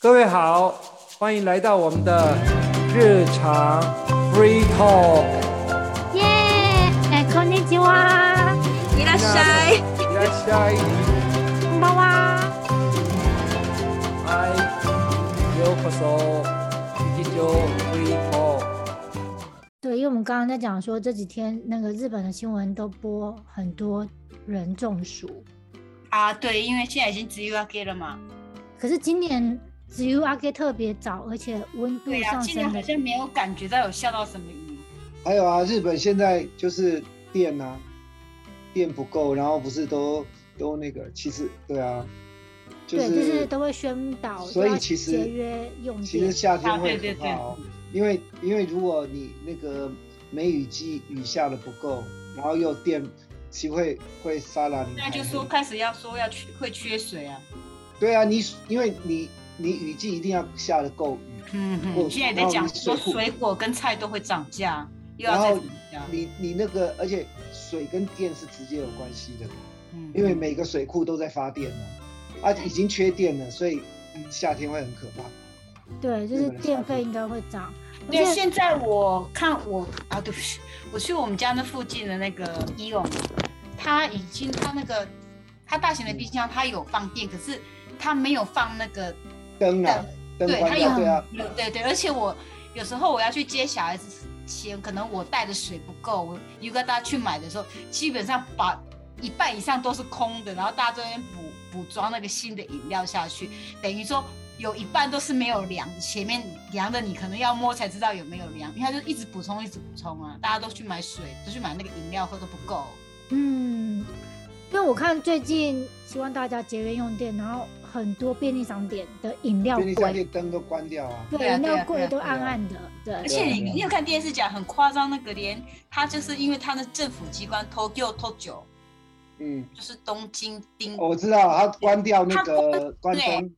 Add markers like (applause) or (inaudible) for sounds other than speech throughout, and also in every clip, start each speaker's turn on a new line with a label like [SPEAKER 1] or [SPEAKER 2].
[SPEAKER 1] 各位好，欢迎来到我们的日常 free talk。
[SPEAKER 2] 耶，哎，こんにちは，
[SPEAKER 3] 伊拉塞，
[SPEAKER 1] いらっしゃい。
[SPEAKER 2] こんばんは。
[SPEAKER 1] 嗨，ようこそ。一九 free talk。
[SPEAKER 2] 对，因为我们刚刚在讲说这几天那个日本的新闻都播很多人中暑，
[SPEAKER 3] 啊，对，因为现在已经只有要给了嘛。
[SPEAKER 2] 可是今年只有阿 K 特别早，而且温度
[SPEAKER 3] 对呀、啊，
[SPEAKER 2] 上
[SPEAKER 3] 今年
[SPEAKER 2] 升
[SPEAKER 3] 好
[SPEAKER 2] 的，
[SPEAKER 3] 像没有感觉到有下到什么雨。
[SPEAKER 4] 还有啊，日本现在就是电啊，电不够，然后不是都都那个，其实对啊，就
[SPEAKER 2] 对，
[SPEAKER 4] 是
[SPEAKER 2] 就是都会宣导，
[SPEAKER 4] 所
[SPEAKER 2] 要
[SPEAKER 4] 以其实
[SPEAKER 2] 节约用
[SPEAKER 4] 其实
[SPEAKER 2] 电。
[SPEAKER 4] 夏
[SPEAKER 3] 啊，
[SPEAKER 4] 天
[SPEAKER 3] 对
[SPEAKER 4] 会
[SPEAKER 3] 对
[SPEAKER 4] 很
[SPEAKER 3] 对，
[SPEAKER 4] 好、哦，因为因为如果你那个梅雨季雨下的不够，然后又电，其实会会杀了你。
[SPEAKER 3] 那就说开始要说要缺会缺水啊。
[SPEAKER 4] 对啊，你因为你你雨季一定要下的够雨，
[SPEAKER 3] 嗯
[SPEAKER 4] 我
[SPEAKER 3] 哼，现在也在讲说水果跟菜都会涨价，又要再涨价。
[SPEAKER 4] 你你那个而且水跟电是直接有关系的。
[SPEAKER 3] 嗯，
[SPEAKER 4] 因为每个水库都在发电了，啊，已经缺电了，所以夏天会很可怕。
[SPEAKER 2] 对，就是
[SPEAKER 4] 日本的
[SPEAKER 2] 电
[SPEAKER 4] 夏
[SPEAKER 2] 费
[SPEAKER 4] 天
[SPEAKER 2] 应该会涨。而
[SPEAKER 3] 对，
[SPEAKER 2] 且
[SPEAKER 3] 现在我看我啊，对不起，我去我们家那附近的那个医用，它已经它那个它大型的冰箱它有放电，可是它没有放那个
[SPEAKER 4] 灯啊，灯
[SPEAKER 3] 对
[SPEAKER 4] 关
[SPEAKER 3] 它
[SPEAKER 4] 掉，
[SPEAKER 3] 有
[SPEAKER 4] 对啊，
[SPEAKER 3] 对对对，而且我有时候我要去接小孩子前，可能我带的水不够，我又跟大家去买的时候，基本上把一半以上都是空的，然后大家这边补补装那个新的饮料下去，等于说有一半都是没有量，前面量的你可能要摸才知道有没有量，因为它就一直补充一直补充啊，大家都去买水，都去买那个饮料喝都不够。
[SPEAKER 2] 嗯，因为我看最近希望大家节约用电，然后很多便利商店的饮料
[SPEAKER 4] 便利商
[SPEAKER 2] 柜，
[SPEAKER 4] 店灯都关掉啊。
[SPEAKER 3] 对
[SPEAKER 2] 对，
[SPEAKER 3] 啊
[SPEAKER 2] 饮
[SPEAKER 3] 对
[SPEAKER 2] 料
[SPEAKER 3] 啊对
[SPEAKER 2] 柜
[SPEAKER 3] 啊
[SPEAKER 2] 都
[SPEAKER 3] 对啊
[SPEAKER 2] 暗暗的，对
[SPEAKER 3] 而。且你
[SPEAKER 4] 对啊
[SPEAKER 3] 你有看电视讲很夸张，那个连他就是因为他的政府机关 Tokyo Tokyo
[SPEAKER 4] 嗯，哦
[SPEAKER 3] 就是东京町
[SPEAKER 4] 我知道，它关掉那个关
[SPEAKER 3] 对
[SPEAKER 4] 灯，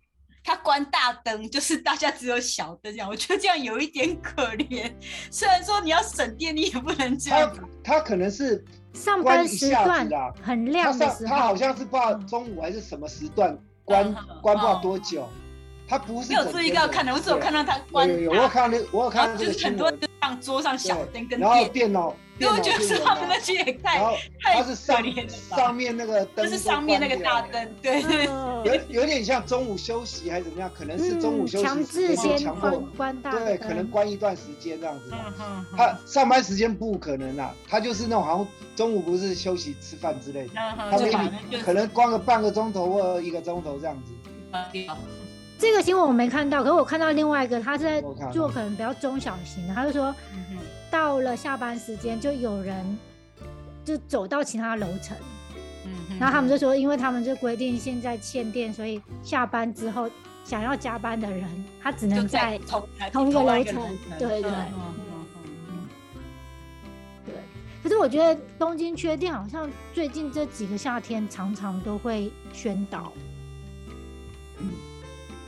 [SPEAKER 3] 他关大灯，就是大家只有小灯这样，我觉得这样有一点可怜。 (laughs) 虽然说你要省电，你也不能这样
[SPEAKER 4] 它。它可能是
[SPEAKER 2] 上班时段
[SPEAKER 4] 关一下子啊
[SPEAKER 2] 很
[SPEAKER 4] 它
[SPEAKER 2] 亮的
[SPEAKER 4] 上
[SPEAKER 2] 时
[SPEAKER 4] 它好
[SPEAKER 2] 候，
[SPEAKER 4] 像是不知道中午还是什么时段关
[SPEAKER 3] 嗯
[SPEAKER 4] 关不知道多久，它不是
[SPEAKER 3] 没有注意到看的，我只有看
[SPEAKER 4] 到
[SPEAKER 3] 到他关
[SPEAKER 4] 有有有，我有
[SPEAKER 3] 大，
[SPEAKER 4] 看到那我有
[SPEAKER 3] 然
[SPEAKER 4] 看
[SPEAKER 3] 后
[SPEAKER 4] 到这
[SPEAKER 3] 就
[SPEAKER 4] 个
[SPEAKER 3] 是
[SPEAKER 4] 新
[SPEAKER 3] 很多
[SPEAKER 4] 闻
[SPEAKER 3] 就，放桌上小灯跟
[SPEAKER 4] 然后
[SPEAKER 3] 电，
[SPEAKER 4] 电脑，
[SPEAKER 3] 因为我
[SPEAKER 4] 电脑
[SPEAKER 3] 觉得
[SPEAKER 4] 新
[SPEAKER 3] 是
[SPEAKER 4] 闻
[SPEAKER 3] 他
[SPEAKER 4] 啊
[SPEAKER 3] 们那些也太
[SPEAKER 4] 然后
[SPEAKER 3] 太
[SPEAKER 4] 它是
[SPEAKER 3] 可
[SPEAKER 4] 上
[SPEAKER 3] 怜了吧
[SPEAKER 4] 上。面那个灯，
[SPEAKER 3] 就是上面那个大，灯，对对
[SPEAKER 2] 嗯
[SPEAKER 4] 有有点像中午休息还是怎么样，可能是中午
[SPEAKER 2] 嗯，
[SPEAKER 4] 休息
[SPEAKER 2] 强
[SPEAKER 4] 时
[SPEAKER 2] 制
[SPEAKER 4] 间就
[SPEAKER 2] 先
[SPEAKER 4] 强
[SPEAKER 2] 关
[SPEAKER 4] 迫，
[SPEAKER 2] 关大
[SPEAKER 4] 对，
[SPEAKER 2] 灯，
[SPEAKER 4] 可能关一段时间这样子。
[SPEAKER 3] 嗯嗯
[SPEAKER 4] 他上班时间不可能啊，他就是那种好像中午不是休息吃饭之类的，
[SPEAKER 3] 嗯，
[SPEAKER 4] 他
[SPEAKER 3] 就反
[SPEAKER 4] 们
[SPEAKER 3] 正就是
[SPEAKER 4] 可能关个半个钟头或一个钟头这样子。
[SPEAKER 3] 关掉
[SPEAKER 2] 这个新闻我没看到，可是我看到另外一个，他是在
[SPEAKER 4] 我看到
[SPEAKER 2] 做可能比较中小型的，他就说
[SPEAKER 3] 嗯哼
[SPEAKER 2] 到了下班时间就有人就走到其他楼层，
[SPEAKER 3] 嗯哼
[SPEAKER 2] 然后他们就说，因为他们就规定现在限电，所以下班之后想要加班的人，他只
[SPEAKER 3] 就
[SPEAKER 2] 能
[SPEAKER 3] 在
[SPEAKER 2] 在
[SPEAKER 3] 同
[SPEAKER 2] 同一个
[SPEAKER 3] 外
[SPEAKER 2] 楼
[SPEAKER 3] 一个
[SPEAKER 2] 层
[SPEAKER 3] 楼层，
[SPEAKER 2] 对对
[SPEAKER 3] 嗯嗯嗯嗯
[SPEAKER 2] 对。可是我觉得东京缺电好像最近这几个夏天常常都会宣导，嗯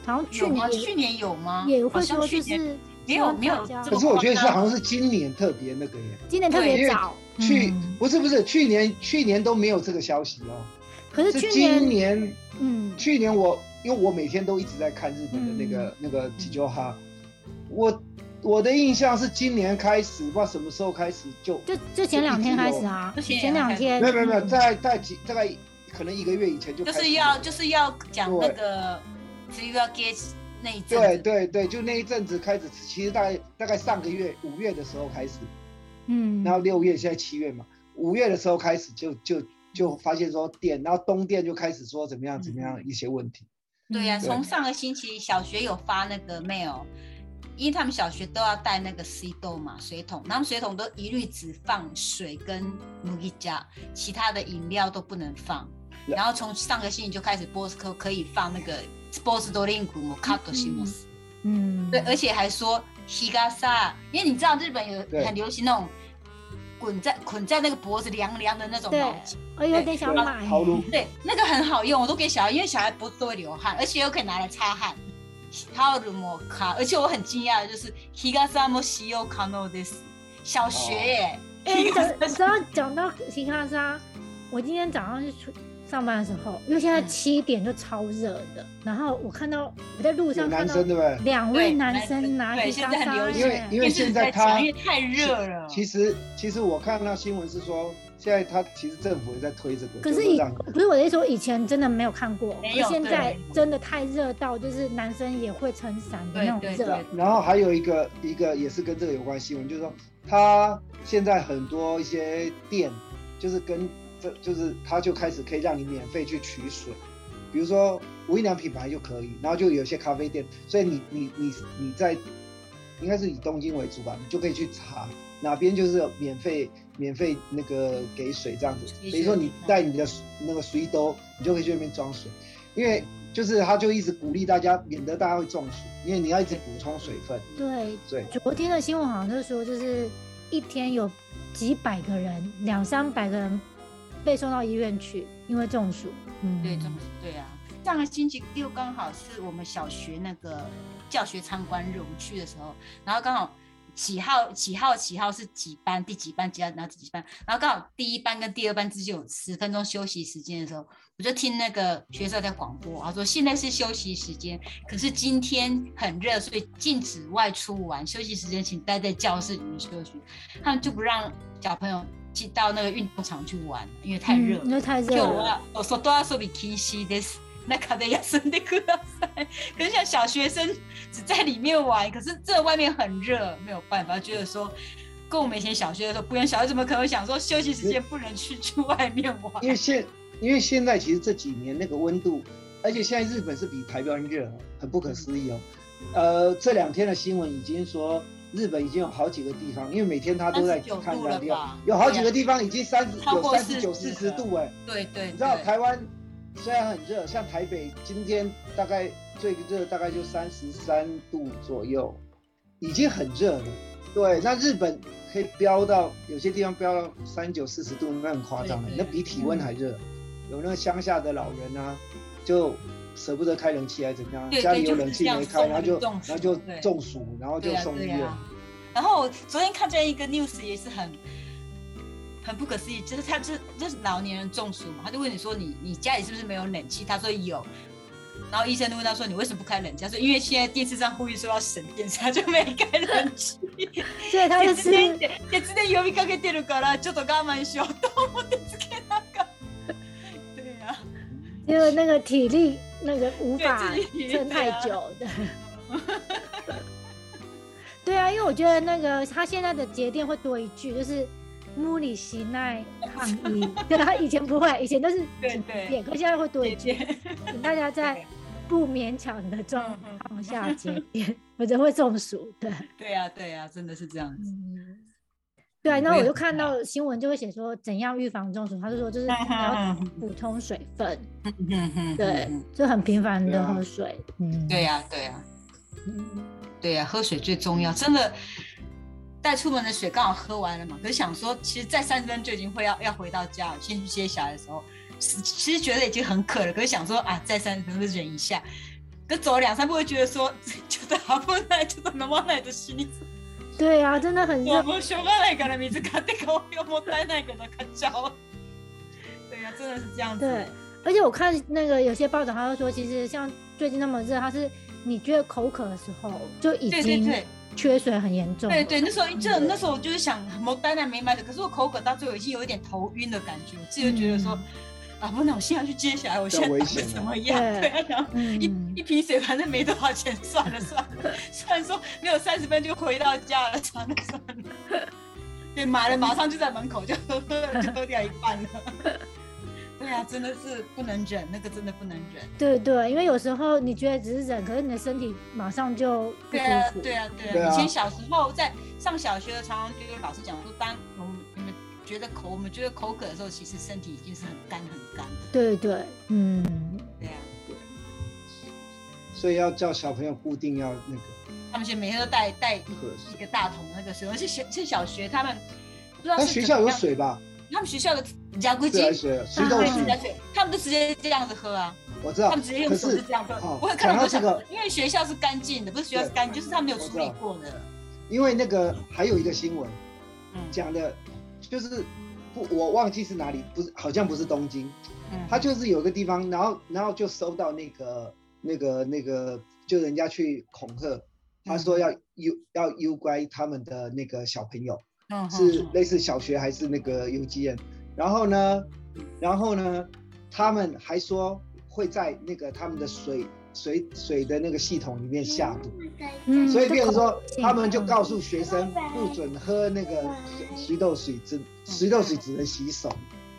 [SPEAKER 2] 好像去
[SPEAKER 3] 有吗？
[SPEAKER 2] 年也
[SPEAKER 3] 去年有吗？
[SPEAKER 2] 也
[SPEAKER 3] 嗯好
[SPEAKER 2] 会
[SPEAKER 3] 像
[SPEAKER 2] 说
[SPEAKER 3] 去
[SPEAKER 2] 就
[SPEAKER 3] 年
[SPEAKER 2] 是
[SPEAKER 3] 没有没有
[SPEAKER 2] 希望大家
[SPEAKER 3] 这
[SPEAKER 4] 可
[SPEAKER 3] 个
[SPEAKER 4] 是我觉得是好像是今年特别那个耶，
[SPEAKER 2] 今年特
[SPEAKER 3] 对
[SPEAKER 4] 因
[SPEAKER 2] 别
[SPEAKER 4] 为
[SPEAKER 2] 早，
[SPEAKER 4] 去
[SPEAKER 2] 嗯
[SPEAKER 4] 不是不是去年去年都没有这个消息哦，
[SPEAKER 2] 可是去
[SPEAKER 4] 是今
[SPEAKER 2] 年
[SPEAKER 4] 年
[SPEAKER 2] 嗯
[SPEAKER 4] 去年我因为我每天都一直在看日本的那个、那个吉鸠哈，我我的印象是今年开始，不知道什么时候开始就
[SPEAKER 2] 就就前两天开始啊，
[SPEAKER 3] 就前
[SPEAKER 2] 前两天
[SPEAKER 4] 没有没有没有，
[SPEAKER 2] 嗯
[SPEAKER 4] 在在几大概可能一个月以前就
[SPEAKER 3] 就
[SPEAKER 4] 开始
[SPEAKER 3] 是要就是要讲那个 free will get 那一阵
[SPEAKER 4] 对
[SPEAKER 3] 子，
[SPEAKER 4] 对对，就那一阵子开始，其实大概大概上个月五月的时候开始，
[SPEAKER 2] 嗯，
[SPEAKER 4] 然后六月现在七月嘛，五月的时候开始就就就发现说电，然后东电就开始说怎么样怎么
[SPEAKER 2] 嗯
[SPEAKER 4] 样一些问题，
[SPEAKER 3] 对呀、
[SPEAKER 4] 嗯对
[SPEAKER 3] 从上个星期小学有发那个 mail，因为他们小学都要带那个 C 豆嘛水桶，他们水桶都一律只放水跟努力加，其他的饮料都不能放。然后从上个星期就开始 Boss 可可以放那个 Sports Drink 摩卡多西
[SPEAKER 4] 嗯
[SPEAKER 3] 莫斯。
[SPEAKER 2] 嗯，
[SPEAKER 3] 对，而且还说 higasa，因为你知道日本有
[SPEAKER 4] 对
[SPEAKER 3] 很流行那种滚在捆在那个脖子凉凉的那种
[SPEAKER 2] 对
[SPEAKER 3] 毛巾，
[SPEAKER 2] 我哎有点想
[SPEAKER 4] 对
[SPEAKER 2] 买，哦
[SPEAKER 4] 陶炉
[SPEAKER 3] 对，那个很好用，我都给小孩，因为小孩脖子都会流汗，而且又可以拿来擦汗。タオルもか，而且我很惊讶的
[SPEAKER 5] 哦
[SPEAKER 3] 就是 higasa も使用可能です。小学耶，
[SPEAKER 2] 啊
[SPEAKER 5] (laughs)
[SPEAKER 2] 哎，你知道讲到新卡莎，我今天早上去出上班的时候，因为现在
[SPEAKER 5] 嗯
[SPEAKER 2] 七点就超热的，然后我看到我在路
[SPEAKER 5] 有
[SPEAKER 2] 上看
[SPEAKER 5] 男
[SPEAKER 2] 到嗯
[SPEAKER 5] 生对不对？
[SPEAKER 2] 两位
[SPEAKER 3] 对
[SPEAKER 2] 男
[SPEAKER 3] 男
[SPEAKER 2] 生
[SPEAKER 3] 生
[SPEAKER 2] 拿
[SPEAKER 3] 对
[SPEAKER 2] 一
[SPEAKER 3] 现
[SPEAKER 2] 张
[SPEAKER 3] 在很
[SPEAKER 2] 沙
[SPEAKER 3] 流
[SPEAKER 5] 因为
[SPEAKER 2] 袋
[SPEAKER 5] 因为
[SPEAKER 3] 就是
[SPEAKER 5] 现在
[SPEAKER 3] 在
[SPEAKER 5] 他
[SPEAKER 3] 讲因为太热了，
[SPEAKER 5] 其实其实我看到新闻是说，现在他其实政府也在推这个，
[SPEAKER 2] 可是
[SPEAKER 5] 就是
[SPEAKER 2] 以
[SPEAKER 5] 让
[SPEAKER 2] 不是我的意思说以前真的没有看过，
[SPEAKER 3] 没
[SPEAKER 2] 可
[SPEAKER 3] 有
[SPEAKER 2] 现
[SPEAKER 3] 对
[SPEAKER 2] 在真的太热到就是男生也会撑伞的
[SPEAKER 3] 对
[SPEAKER 2] 那种
[SPEAKER 3] 对
[SPEAKER 2] 热
[SPEAKER 3] 对，，
[SPEAKER 5] 然后还有一个一个也是跟这个有关新闻，就是说他现在很多一些店，就是跟这就是他就开始可以让你免费去取水，比如说无印良品牌就可以，然后就有些咖啡店，所以你你你你在应该是以东京为主吧，你就可以去查哪边就是有免费免费那个给水这样子，
[SPEAKER 3] 取水
[SPEAKER 5] 比如说你带你的水那个水兜，你就可以去那边装水，因为就是他就一直鼓励大家，免得大家会中暑，因为你要一直补充水分。
[SPEAKER 2] 对，
[SPEAKER 5] 对，
[SPEAKER 2] 昨天的新闻好像就说，就是一天有几百个人，两三百个人被送到医院去，因为中暑。嗯，
[SPEAKER 3] 对，中对啊。上个星期六刚好是我们小学那个教学参观日，我们去的时候，然后刚好几号几号几号是几班，第几班几号，然后第几班，然后刚好第一班跟第二班之间有十分钟休息时间的时候，我就听那个学校在广播，他说现在是休息时间，可是今天很热，所以禁止外出玩，休息时间请待在教室里面休息，他们就不让小朋友进到那个运动场去玩，因为太热了
[SPEAKER 2] 嗯。因为太热
[SPEAKER 3] 今日
[SPEAKER 2] 了。
[SPEAKER 3] はお外遊び禁止です。中で休んでください。 (laughs) 可是像小学生只在里面玩，可是这外面很热，没有办法，觉得说跟我们以前小学的时候不一样。小学怎么可能会想说休息时间不能去去外面玩？
[SPEAKER 5] 因为现因为现在其实这几年那个温度，而且现在日本是比台湾热，很
[SPEAKER 3] 嗯
[SPEAKER 5] 不可思议哦。呃，这两天的新闻已经说，日本已经有好几个地方，因为每天他 (laughs) 都在
[SPEAKER 3] 39
[SPEAKER 5] 看
[SPEAKER 3] 度
[SPEAKER 5] 那
[SPEAKER 3] 了
[SPEAKER 5] 地方，
[SPEAKER 3] 吧？
[SPEAKER 5] 有好几
[SPEAKER 3] 对
[SPEAKER 5] 个
[SPEAKER 3] 啊
[SPEAKER 5] 地方已经三十
[SPEAKER 3] 超
[SPEAKER 5] 有
[SPEAKER 3] 过
[SPEAKER 5] 三十九、四
[SPEAKER 3] 40
[SPEAKER 5] 十度哎、
[SPEAKER 3] 啊对对，
[SPEAKER 5] 你知道
[SPEAKER 3] 对
[SPEAKER 5] 台湾虽然很热，像台北今天大概最热大概就三十三度左右，已经很热了。对，那日本可以飙到有些地方飙到三九四十度，那很夸张的，欸
[SPEAKER 3] 对嗯
[SPEAKER 5] 那
[SPEAKER 3] 对
[SPEAKER 5] 比体温还热。有那个乡下的老人啊，就舍不得开冷气还是怎么样，
[SPEAKER 3] 对对
[SPEAKER 5] 家里有冷气
[SPEAKER 3] 就
[SPEAKER 5] 没开，
[SPEAKER 3] 是这样
[SPEAKER 5] 然后就
[SPEAKER 3] 送
[SPEAKER 5] 然
[SPEAKER 3] 人
[SPEAKER 5] 后就
[SPEAKER 3] 中暑
[SPEAKER 5] 中暑，然后就
[SPEAKER 3] 对呀
[SPEAKER 5] 送医
[SPEAKER 3] 对啊
[SPEAKER 5] 院。
[SPEAKER 3] 呀。然后我昨天看见一个 news 也是很很不可思议，就是他这就是老年人中暑嘛，他就问你说你你家里是不是没有冷气？他说有。然后医生就问他说：“你为什么不开冷气？”他说：“因为现在电视上呼吁说要省电，他就没开冷气。
[SPEAKER 2] 所以他就
[SPEAKER 3] 節
[SPEAKER 2] 是
[SPEAKER 3] 電って節電呼びかけてるからちょっと我慢しようと思ってつけなかった。对啊呀、
[SPEAKER 2] 因为那个体力那个无
[SPEAKER 3] 对
[SPEAKER 2] 法
[SPEAKER 3] 自己
[SPEAKER 2] 撑太
[SPEAKER 3] 对啊
[SPEAKER 2] 久的。 (laughs) 对啊，因为我觉得那个他现在的节电会多一句，就是穆里西奈抗
[SPEAKER 3] (laughs)
[SPEAKER 2] 议，对他以前不会，以前都是
[SPEAKER 3] 对
[SPEAKER 2] 请
[SPEAKER 3] 对
[SPEAKER 2] 节可现在会多一
[SPEAKER 3] 姐
[SPEAKER 2] 句，
[SPEAKER 3] 姐，
[SPEAKER 2] 请大家在不勉强的状
[SPEAKER 3] 嗯嗯
[SPEAKER 2] 况下节
[SPEAKER 3] 嗯
[SPEAKER 2] 电，否则会中暑。对，
[SPEAKER 3] 对呀、对呀、真的是这样子。
[SPEAKER 2] 嗯，对啊，
[SPEAKER 3] 嗯
[SPEAKER 2] 那
[SPEAKER 3] 我
[SPEAKER 2] 我
[SPEAKER 3] 也
[SPEAKER 2] 就
[SPEAKER 3] 很
[SPEAKER 2] 看
[SPEAKER 3] 怕
[SPEAKER 2] 到新闻就会写说怎样预防中暑，他就说就是你
[SPEAKER 3] 嗯
[SPEAKER 2] 要
[SPEAKER 3] (laughs) 嗯嗯
[SPEAKER 2] 补充水分，
[SPEAKER 3] 嗯嗯嗯
[SPEAKER 2] 对
[SPEAKER 3] 嗯，
[SPEAKER 2] 就很频繁
[SPEAKER 5] 对
[SPEAKER 2] 的
[SPEAKER 5] 啊
[SPEAKER 2] 喝水。嗯，
[SPEAKER 3] 对呀、对呀、
[SPEAKER 2] 嗯
[SPEAKER 3] 对呀、喝水最重要，真的。带出门的水刚好喝完了嘛，可是想说，其实再三十分钟就已经会要要回到家了，先去接小孩的时候，是其实觉得已经很渴了，可是想说啊，再三十分钟忍一下，可走了两三步会觉得说， (laughs) ちょっと危ない、ちょっと飲まないと死にそう。
[SPEAKER 2] 对啊，真的很热。
[SPEAKER 3] もうしょうがないから水買ってこうよ、もったいないから買っちゃおう。 (laughs) 对呀、真的是这样子。
[SPEAKER 2] 对，而且我看那个有些报道，他就说，其实像最近那么热，它是你觉得口渴的时候就已
[SPEAKER 3] 对对
[SPEAKER 2] 经
[SPEAKER 3] 对
[SPEAKER 2] 缺水很严重了。
[SPEAKER 3] 对对，那时候就那时候我就是想，莫丹奶没买的，可是我口渴到最后已经有一点头晕的感觉，我自己就觉得说，
[SPEAKER 2] 嗯
[SPEAKER 3] 啊，不能，我现在要去接小孩，我现在
[SPEAKER 5] 危
[SPEAKER 3] 打
[SPEAKER 5] 险
[SPEAKER 3] 得
[SPEAKER 5] 了
[SPEAKER 3] 怎么样？
[SPEAKER 2] 对
[SPEAKER 3] 对啊，
[SPEAKER 2] (laughs)
[SPEAKER 3] 然后一、
[SPEAKER 2] 嗯
[SPEAKER 3] 一瓶水反正没多少钱， (laughs) 算了算了，虽然说没有三十分就回到家了，算了算了。对，买了马上就在门口就喝了，就喝掉一半了。 (laughs) 对啊，真的是不能忍，那个真的不能忍。
[SPEAKER 2] 对对，因为有时候你觉得只是忍，可是你的身体马上就不
[SPEAKER 3] 对
[SPEAKER 2] 舒
[SPEAKER 3] 啊，
[SPEAKER 2] 服。
[SPEAKER 3] 对啊，对
[SPEAKER 5] 对
[SPEAKER 3] 啊。
[SPEAKER 5] 啊
[SPEAKER 3] 以前小时候在上小学的，常常就跟老师讲说，当我们你们觉得口，我们觉得口渴的时候，其实身体已经是很干很干的。
[SPEAKER 2] 对对嗯，
[SPEAKER 3] 对啊，
[SPEAKER 5] 所以要叫小朋友固定要那个
[SPEAKER 3] 他们就每天都带带一
[SPEAKER 5] 喝
[SPEAKER 3] 一
[SPEAKER 5] 水。
[SPEAKER 3] 个大桶那个水，而且小是小学他们不知道
[SPEAKER 5] 那
[SPEAKER 3] 是
[SPEAKER 5] 学
[SPEAKER 3] 怎
[SPEAKER 5] 校
[SPEAKER 3] 么
[SPEAKER 5] 有
[SPEAKER 3] 样，
[SPEAKER 5] 水吧？
[SPEAKER 3] 他们学校的假估
[SPEAKER 5] 自
[SPEAKER 3] 计
[SPEAKER 5] 来水、水
[SPEAKER 2] 都有
[SPEAKER 5] 道
[SPEAKER 3] 对
[SPEAKER 5] 水
[SPEAKER 3] 自，来水，他们都直接这样子喝啊，
[SPEAKER 5] 我知道
[SPEAKER 3] 他们。直接用
[SPEAKER 5] 可
[SPEAKER 3] 手
[SPEAKER 5] 是
[SPEAKER 3] 就这样喝
[SPEAKER 5] 哦。
[SPEAKER 3] 我有看到多
[SPEAKER 5] 讲
[SPEAKER 3] 小
[SPEAKER 5] 到这个，
[SPEAKER 3] 因为学校是干净的，不是学校是干净，就是他没有处理过的。
[SPEAKER 5] 因为那个还有一个新闻
[SPEAKER 3] 嗯，
[SPEAKER 5] 讲的，就是不，我忘记是哪里，不是，好像不是东京，
[SPEAKER 3] 嗯
[SPEAKER 5] 他就是有个地方，然后然后就收到那个那个那个，就人家去恐吓，他说要诱要诱拐他们的那个小朋友，
[SPEAKER 3] 嗯
[SPEAKER 5] 是
[SPEAKER 3] 嗯
[SPEAKER 5] 类似小学还是那个幼稚园，然后呢，然后呢，他们还说会在那个他们的水水水的那个系统里面下毒，
[SPEAKER 2] 嗯
[SPEAKER 5] 所以
[SPEAKER 2] 这
[SPEAKER 5] 变成说
[SPEAKER 2] 口，径
[SPEAKER 5] 他们就
[SPEAKER 3] 嗯
[SPEAKER 5] 告诉学生不准喝那个洗豆水，只洗豆水只能洗手，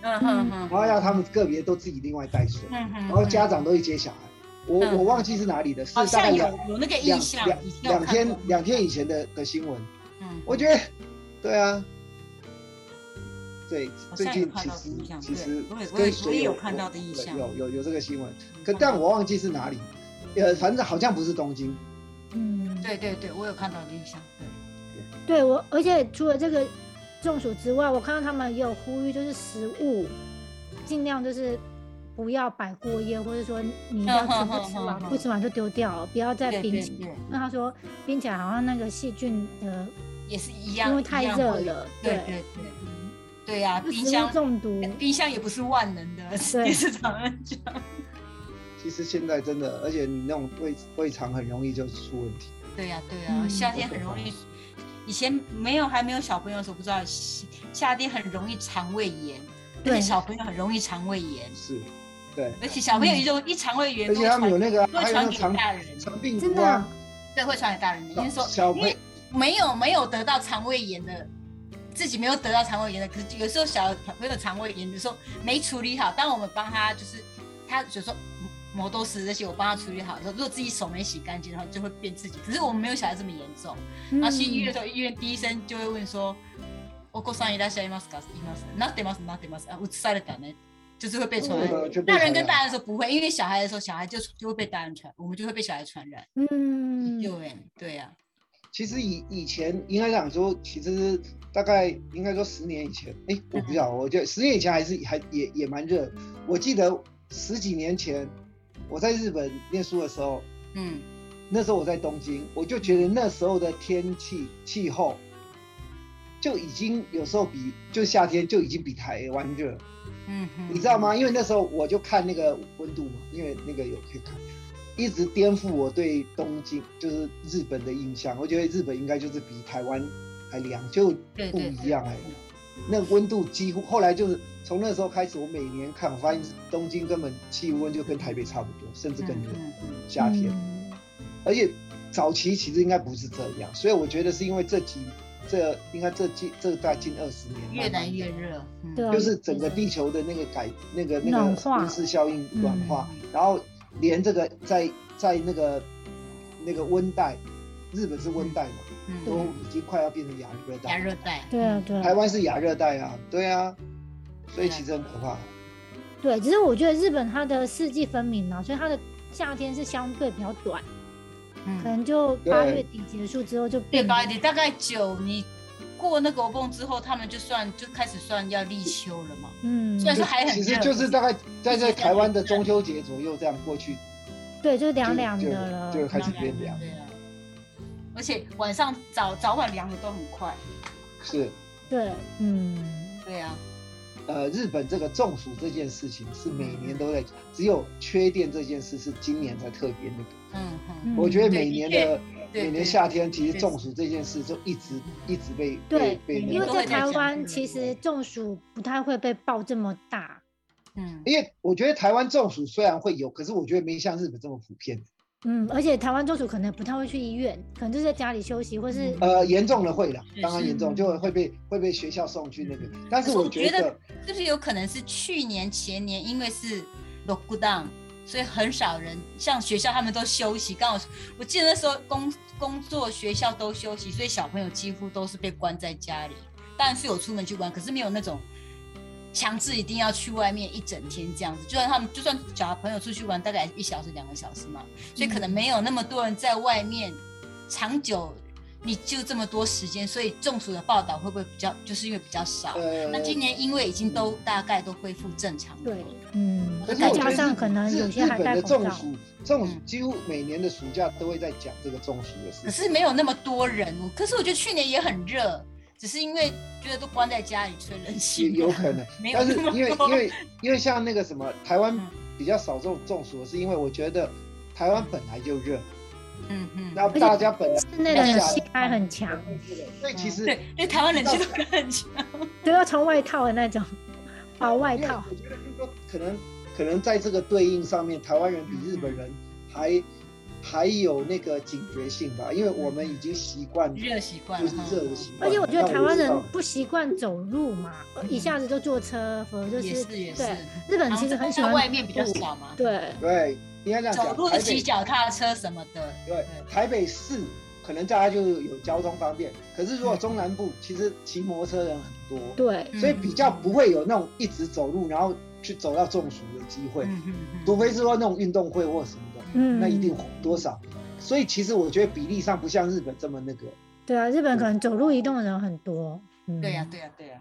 [SPEAKER 3] 嗯嗯嗯
[SPEAKER 5] 然后要他们个别都自己另外带水，
[SPEAKER 3] 嗯嗯，
[SPEAKER 5] 然后家长都去接小孩。我
[SPEAKER 3] 嗯
[SPEAKER 5] 我忘记是哪里的，是
[SPEAKER 3] 好
[SPEAKER 5] 大
[SPEAKER 3] 像有
[SPEAKER 5] 概两
[SPEAKER 3] 有那个印
[SPEAKER 5] 两
[SPEAKER 3] 象，
[SPEAKER 5] 两
[SPEAKER 3] 以前有
[SPEAKER 5] 两
[SPEAKER 3] 看过
[SPEAKER 5] 天两天以前的的新闻。
[SPEAKER 3] 嗯，
[SPEAKER 5] 我觉得，对啊，对，
[SPEAKER 3] 好
[SPEAKER 5] 最
[SPEAKER 3] 像有
[SPEAKER 5] 近
[SPEAKER 3] 看
[SPEAKER 5] 其
[SPEAKER 3] 到的印
[SPEAKER 5] 实
[SPEAKER 3] 象
[SPEAKER 5] 其
[SPEAKER 3] 对
[SPEAKER 5] 实
[SPEAKER 3] 我也我也
[SPEAKER 5] 跟水
[SPEAKER 3] 我也有
[SPEAKER 5] 有
[SPEAKER 3] 看到的印象
[SPEAKER 5] 有有有这个新闻，
[SPEAKER 3] 嗯
[SPEAKER 5] 可但我忘记是哪里，呃，反正好像不是东京，
[SPEAKER 2] 嗯，
[SPEAKER 3] 对对对，我有看到的印象，对，
[SPEAKER 2] 对我，而且除了这个中暑之外，我看到他们也有呼吁，就是食物尽量就是不要摆过夜，或者说你一定要全部吃
[SPEAKER 3] 嗯
[SPEAKER 2] 完，不吃完就丢掉，不要再
[SPEAKER 3] 对
[SPEAKER 2] 冰
[SPEAKER 3] 对
[SPEAKER 2] 起来
[SPEAKER 3] 对。
[SPEAKER 2] 那他说冰起来好像那个细菌的，
[SPEAKER 3] 也是一样，
[SPEAKER 2] 因为太
[SPEAKER 3] 一样
[SPEAKER 2] 热
[SPEAKER 3] 会有，
[SPEAKER 2] 了，
[SPEAKER 3] 对对对对呀，
[SPEAKER 2] 就
[SPEAKER 3] 冰
[SPEAKER 2] 食物
[SPEAKER 3] 箱
[SPEAKER 2] 中毒，
[SPEAKER 3] 冰箱也不是万能的，
[SPEAKER 2] 对
[SPEAKER 3] (laughs) 也是常人讲，
[SPEAKER 5] 其实现在真的，而且你那种胃胃肠很容易就出问题，
[SPEAKER 3] 对呀对呀，
[SPEAKER 2] 嗯
[SPEAKER 3] 夏天很容易。以前没有还没有小朋友的时候不知道，夏夏天很容易肠胃炎，而且
[SPEAKER 2] 对嗯
[SPEAKER 3] 小朋友很容易肠胃炎，
[SPEAKER 5] 是，对，
[SPEAKER 3] 而且小朋友一种一肠胃炎
[SPEAKER 5] 而
[SPEAKER 3] 都会
[SPEAKER 5] 且他
[SPEAKER 3] 传
[SPEAKER 5] 们有那个啊，
[SPEAKER 3] 都
[SPEAKER 5] 还
[SPEAKER 3] 会
[SPEAKER 5] 有
[SPEAKER 3] 传
[SPEAKER 5] 那个
[SPEAKER 3] 给
[SPEAKER 5] 肠
[SPEAKER 3] 大人，
[SPEAKER 5] 肠病
[SPEAKER 2] 真
[SPEAKER 5] 毒
[SPEAKER 2] 的
[SPEAKER 5] 啊
[SPEAKER 2] 啊，
[SPEAKER 3] 对，会传给大人的。因为说
[SPEAKER 5] 小
[SPEAKER 3] 因
[SPEAKER 5] 朋
[SPEAKER 3] 为没有没有得到肠胃炎的，自己没有得到肠胃炎的，可是有时候小朋友肠胃炎的时候没处理好，当我们帮他就是他就说嗯磨豆石这些，我帮他处理好的时候，如果自己手没洗干净的话，就会变自己。可是我们没有小孩这么严重。
[SPEAKER 2] 嗯
[SPEAKER 3] 然后去医院的时候，医院第一声就会问说：“お子さんいらっしゃいますか？います。なってます、なってます。あ、うつされたね。”就是会被传染。
[SPEAKER 5] 呃就被
[SPEAKER 3] 大人
[SPEAKER 5] 传
[SPEAKER 3] 跟
[SPEAKER 5] 染
[SPEAKER 3] 大人说不会，因为小孩的时候，小孩就就会被大人传，我们就会被小孩传染。
[SPEAKER 2] 嗯，
[SPEAKER 3] 对，对啊呀、
[SPEAKER 5] 其实以以前应该讲说，其实大概应该说十年以前，哎、我不知道，我觉得十年以前还是还也也蛮热。我记得十几年前我在日本念书的时候，
[SPEAKER 3] 嗯，
[SPEAKER 5] 那时候我在东京，我就觉得那时候的天气气候就已经有时候比就夏天就已经比台湾热，
[SPEAKER 3] 嗯哼，
[SPEAKER 5] 你知道吗？因为那时候我就看那个温度嘛，因为那个有可以看，一直颠覆我对东京就是日本的印象。我觉得日本应该就是比台湾还凉，就
[SPEAKER 3] 对
[SPEAKER 5] 不
[SPEAKER 3] 对
[SPEAKER 5] 一样哎、那个温度几乎后来就是从那时候开始，我每年看，我发现东京根本气温就跟台北差不多，甚至更热。
[SPEAKER 3] 嗯嗯
[SPEAKER 5] 夏天，
[SPEAKER 2] 嗯
[SPEAKER 5] 而且早期其实应该不是这样，所以我觉得是因为这几这应该这近这大概近二十年
[SPEAKER 3] 嗯
[SPEAKER 5] 慢慢
[SPEAKER 3] 越来
[SPEAKER 5] 地
[SPEAKER 3] 越热，嗯
[SPEAKER 2] 对啊
[SPEAKER 5] 就是整个地球的那个改那个那
[SPEAKER 2] 暖
[SPEAKER 5] 个
[SPEAKER 2] 化
[SPEAKER 5] 温室效应
[SPEAKER 2] 嗯
[SPEAKER 5] 暖化，然后连这个在在那个那个温带，日本是温带嘛，
[SPEAKER 3] 嗯
[SPEAKER 5] 都已经快要变成亚热
[SPEAKER 3] 加
[SPEAKER 5] 带，
[SPEAKER 3] 热带，嗯
[SPEAKER 2] 对啊，对啊，
[SPEAKER 5] 台湾是亚热带啊，对啊，所以
[SPEAKER 3] 对啊
[SPEAKER 5] 其实很可怕。
[SPEAKER 2] 对，只是我觉得日本它的四季分明啊嘛，所以它的夏天是相对比较短，
[SPEAKER 3] 嗯，
[SPEAKER 2] 可能就八
[SPEAKER 5] 对
[SPEAKER 2] 月底结束之后就
[SPEAKER 3] 对
[SPEAKER 2] 变
[SPEAKER 3] 吧？你大概九，你过那个欧蹦之后，他们就算就开始算要立秋了嘛。
[SPEAKER 2] 嗯，
[SPEAKER 3] 虽然但是哎还很热
[SPEAKER 5] 其实就是大概在
[SPEAKER 3] 一直在
[SPEAKER 5] 在台湾的中秋节左右这样过去，
[SPEAKER 2] 对，就凉
[SPEAKER 5] 就
[SPEAKER 2] 凉
[SPEAKER 5] 就
[SPEAKER 2] 的了，
[SPEAKER 5] 就开始
[SPEAKER 3] 当然
[SPEAKER 5] 变凉
[SPEAKER 3] 对啊。而且晚上早早晚凉的都很快，
[SPEAKER 5] 是
[SPEAKER 2] 对，嗯，
[SPEAKER 3] 对啊，
[SPEAKER 5] 呃，日本这个中暑这件事情是每年都在，只有缺电这件事是今年才特别那个。
[SPEAKER 3] 嗯
[SPEAKER 2] 嗯
[SPEAKER 3] 哼，
[SPEAKER 5] 我觉得
[SPEAKER 3] 对
[SPEAKER 5] 每
[SPEAKER 3] 的
[SPEAKER 5] 年
[SPEAKER 3] 确
[SPEAKER 5] 的
[SPEAKER 3] 对
[SPEAKER 5] 每
[SPEAKER 3] 对
[SPEAKER 5] 年夏天，其实
[SPEAKER 3] 对
[SPEAKER 5] 中暑这件事就一直一直被被
[SPEAKER 2] 对，
[SPEAKER 5] 被那
[SPEAKER 2] 因为
[SPEAKER 5] 个
[SPEAKER 3] 都
[SPEAKER 5] 啊
[SPEAKER 2] 在
[SPEAKER 3] 会在
[SPEAKER 2] 台
[SPEAKER 3] 讲
[SPEAKER 2] 湾
[SPEAKER 3] 这
[SPEAKER 2] 其
[SPEAKER 3] 个
[SPEAKER 2] 实中暑不太会被爆这么大，
[SPEAKER 3] 嗯，
[SPEAKER 5] 因为我觉得台湾中暑虽然会有，可是我觉得没像日本这么普遍。
[SPEAKER 2] 嗯，而且台湾中暑可能不太会去医院，可能就是在家里休息或是
[SPEAKER 3] 嗯
[SPEAKER 5] 呃，严重的会啦，
[SPEAKER 3] 是嗯
[SPEAKER 5] 当然严重
[SPEAKER 2] 是
[SPEAKER 5] 就会被会被学校送去那个，但
[SPEAKER 3] 可
[SPEAKER 5] 是
[SPEAKER 3] 是
[SPEAKER 5] 我
[SPEAKER 3] 我觉
[SPEAKER 5] 觉
[SPEAKER 3] 得
[SPEAKER 5] 得
[SPEAKER 3] 是不是有可能是去年前年因为是 lockdown，所以很少人像学校他们都休息。刚好我记得那时候工工作学校都休息，所以小朋友几乎都是被关在家里。当然是有出门去玩，可是没有那种强制一定要去外面一整天这样子。就算他们就算小朋友出去玩，大概一小时两个小时嘛，所以可能没有那么多人在外面长久。你就这么多时间，所以中暑的报道会不会比较，就是因为比较少？
[SPEAKER 5] 呃，
[SPEAKER 3] 哦那今年因为已经都大概都恢复正常了，
[SPEAKER 2] 对，嗯，
[SPEAKER 5] 可是
[SPEAKER 2] 再
[SPEAKER 5] 我觉
[SPEAKER 2] 加
[SPEAKER 5] 得
[SPEAKER 2] 上
[SPEAKER 5] 日
[SPEAKER 2] 可能
[SPEAKER 5] 日
[SPEAKER 2] 有些
[SPEAKER 5] 日
[SPEAKER 2] 还
[SPEAKER 5] 本
[SPEAKER 2] 戴
[SPEAKER 5] 的
[SPEAKER 2] 口
[SPEAKER 5] 中
[SPEAKER 2] 罩，
[SPEAKER 5] 暑，中暑
[SPEAKER 3] 嗯
[SPEAKER 5] 几乎每年的暑假都会在讲这个中暑的事
[SPEAKER 3] 可
[SPEAKER 5] 情。
[SPEAKER 3] 是没有那么多人。可是我觉得去年也很热，只是因为觉得都关在家里吹冷
[SPEAKER 5] 也
[SPEAKER 3] 气，
[SPEAKER 5] 有可能
[SPEAKER 3] (laughs) 没。有
[SPEAKER 5] 但是
[SPEAKER 3] 那么
[SPEAKER 5] 因为
[SPEAKER 3] 多
[SPEAKER 5] 因为因为像那个什么，台湾
[SPEAKER 3] 嗯
[SPEAKER 5] 比较少这种中暑，是因为我觉得台湾本来就热，
[SPEAKER 3] 嗯嗯，
[SPEAKER 5] 那大家本来
[SPEAKER 2] 室内的冷气开很强，
[SPEAKER 5] 所以其实
[SPEAKER 3] 对，因为台湾冷气都更强，
[SPEAKER 2] 都要穿外套的那
[SPEAKER 5] (laughs)
[SPEAKER 2] 种，薄外
[SPEAKER 5] 因为
[SPEAKER 2] 套。
[SPEAKER 5] 我觉得就是说，可能可能在这个对应上面，台湾人比日本人还还有那个警觉性吧，因为我们已经习惯就
[SPEAKER 3] 热习惯了
[SPEAKER 5] 是
[SPEAKER 3] 哈，
[SPEAKER 5] 热的习惯。
[SPEAKER 2] 而且我觉得
[SPEAKER 5] 那
[SPEAKER 2] 台湾
[SPEAKER 5] 知道
[SPEAKER 2] 人不习惯走路嘛，呃一下子就坐车，否则就
[SPEAKER 3] 也
[SPEAKER 2] 是
[SPEAKER 3] 是也是
[SPEAKER 2] 对。日本
[SPEAKER 3] 然后
[SPEAKER 2] 其实
[SPEAKER 3] 在
[SPEAKER 2] 很喜
[SPEAKER 3] 在
[SPEAKER 2] 欢
[SPEAKER 3] 外面比较少嘛，
[SPEAKER 2] 对，
[SPEAKER 5] 对，应该这样
[SPEAKER 3] 走
[SPEAKER 5] 讲，
[SPEAKER 3] 路
[SPEAKER 5] 台
[SPEAKER 3] 骑
[SPEAKER 5] 北
[SPEAKER 3] 脚踏车什么的，
[SPEAKER 5] 对台北市可能大家就有交通方便，可是如果中南部，其实骑摩托车人很多，
[SPEAKER 2] 对，
[SPEAKER 5] 所以比较不会有那种一直走路然后去走到中暑的机会，
[SPEAKER 3] 嗯，嗯嗯
[SPEAKER 5] 除
[SPEAKER 3] 嗯
[SPEAKER 5] 非是说那种运动会或什么的，
[SPEAKER 2] 嗯，
[SPEAKER 5] 那一定多少。所以其实我觉得比例上不像日本这么那个，
[SPEAKER 2] 对啊，日本可能走路移动的人很多，嗯，
[SPEAKER 3] 对呀对呀对呀，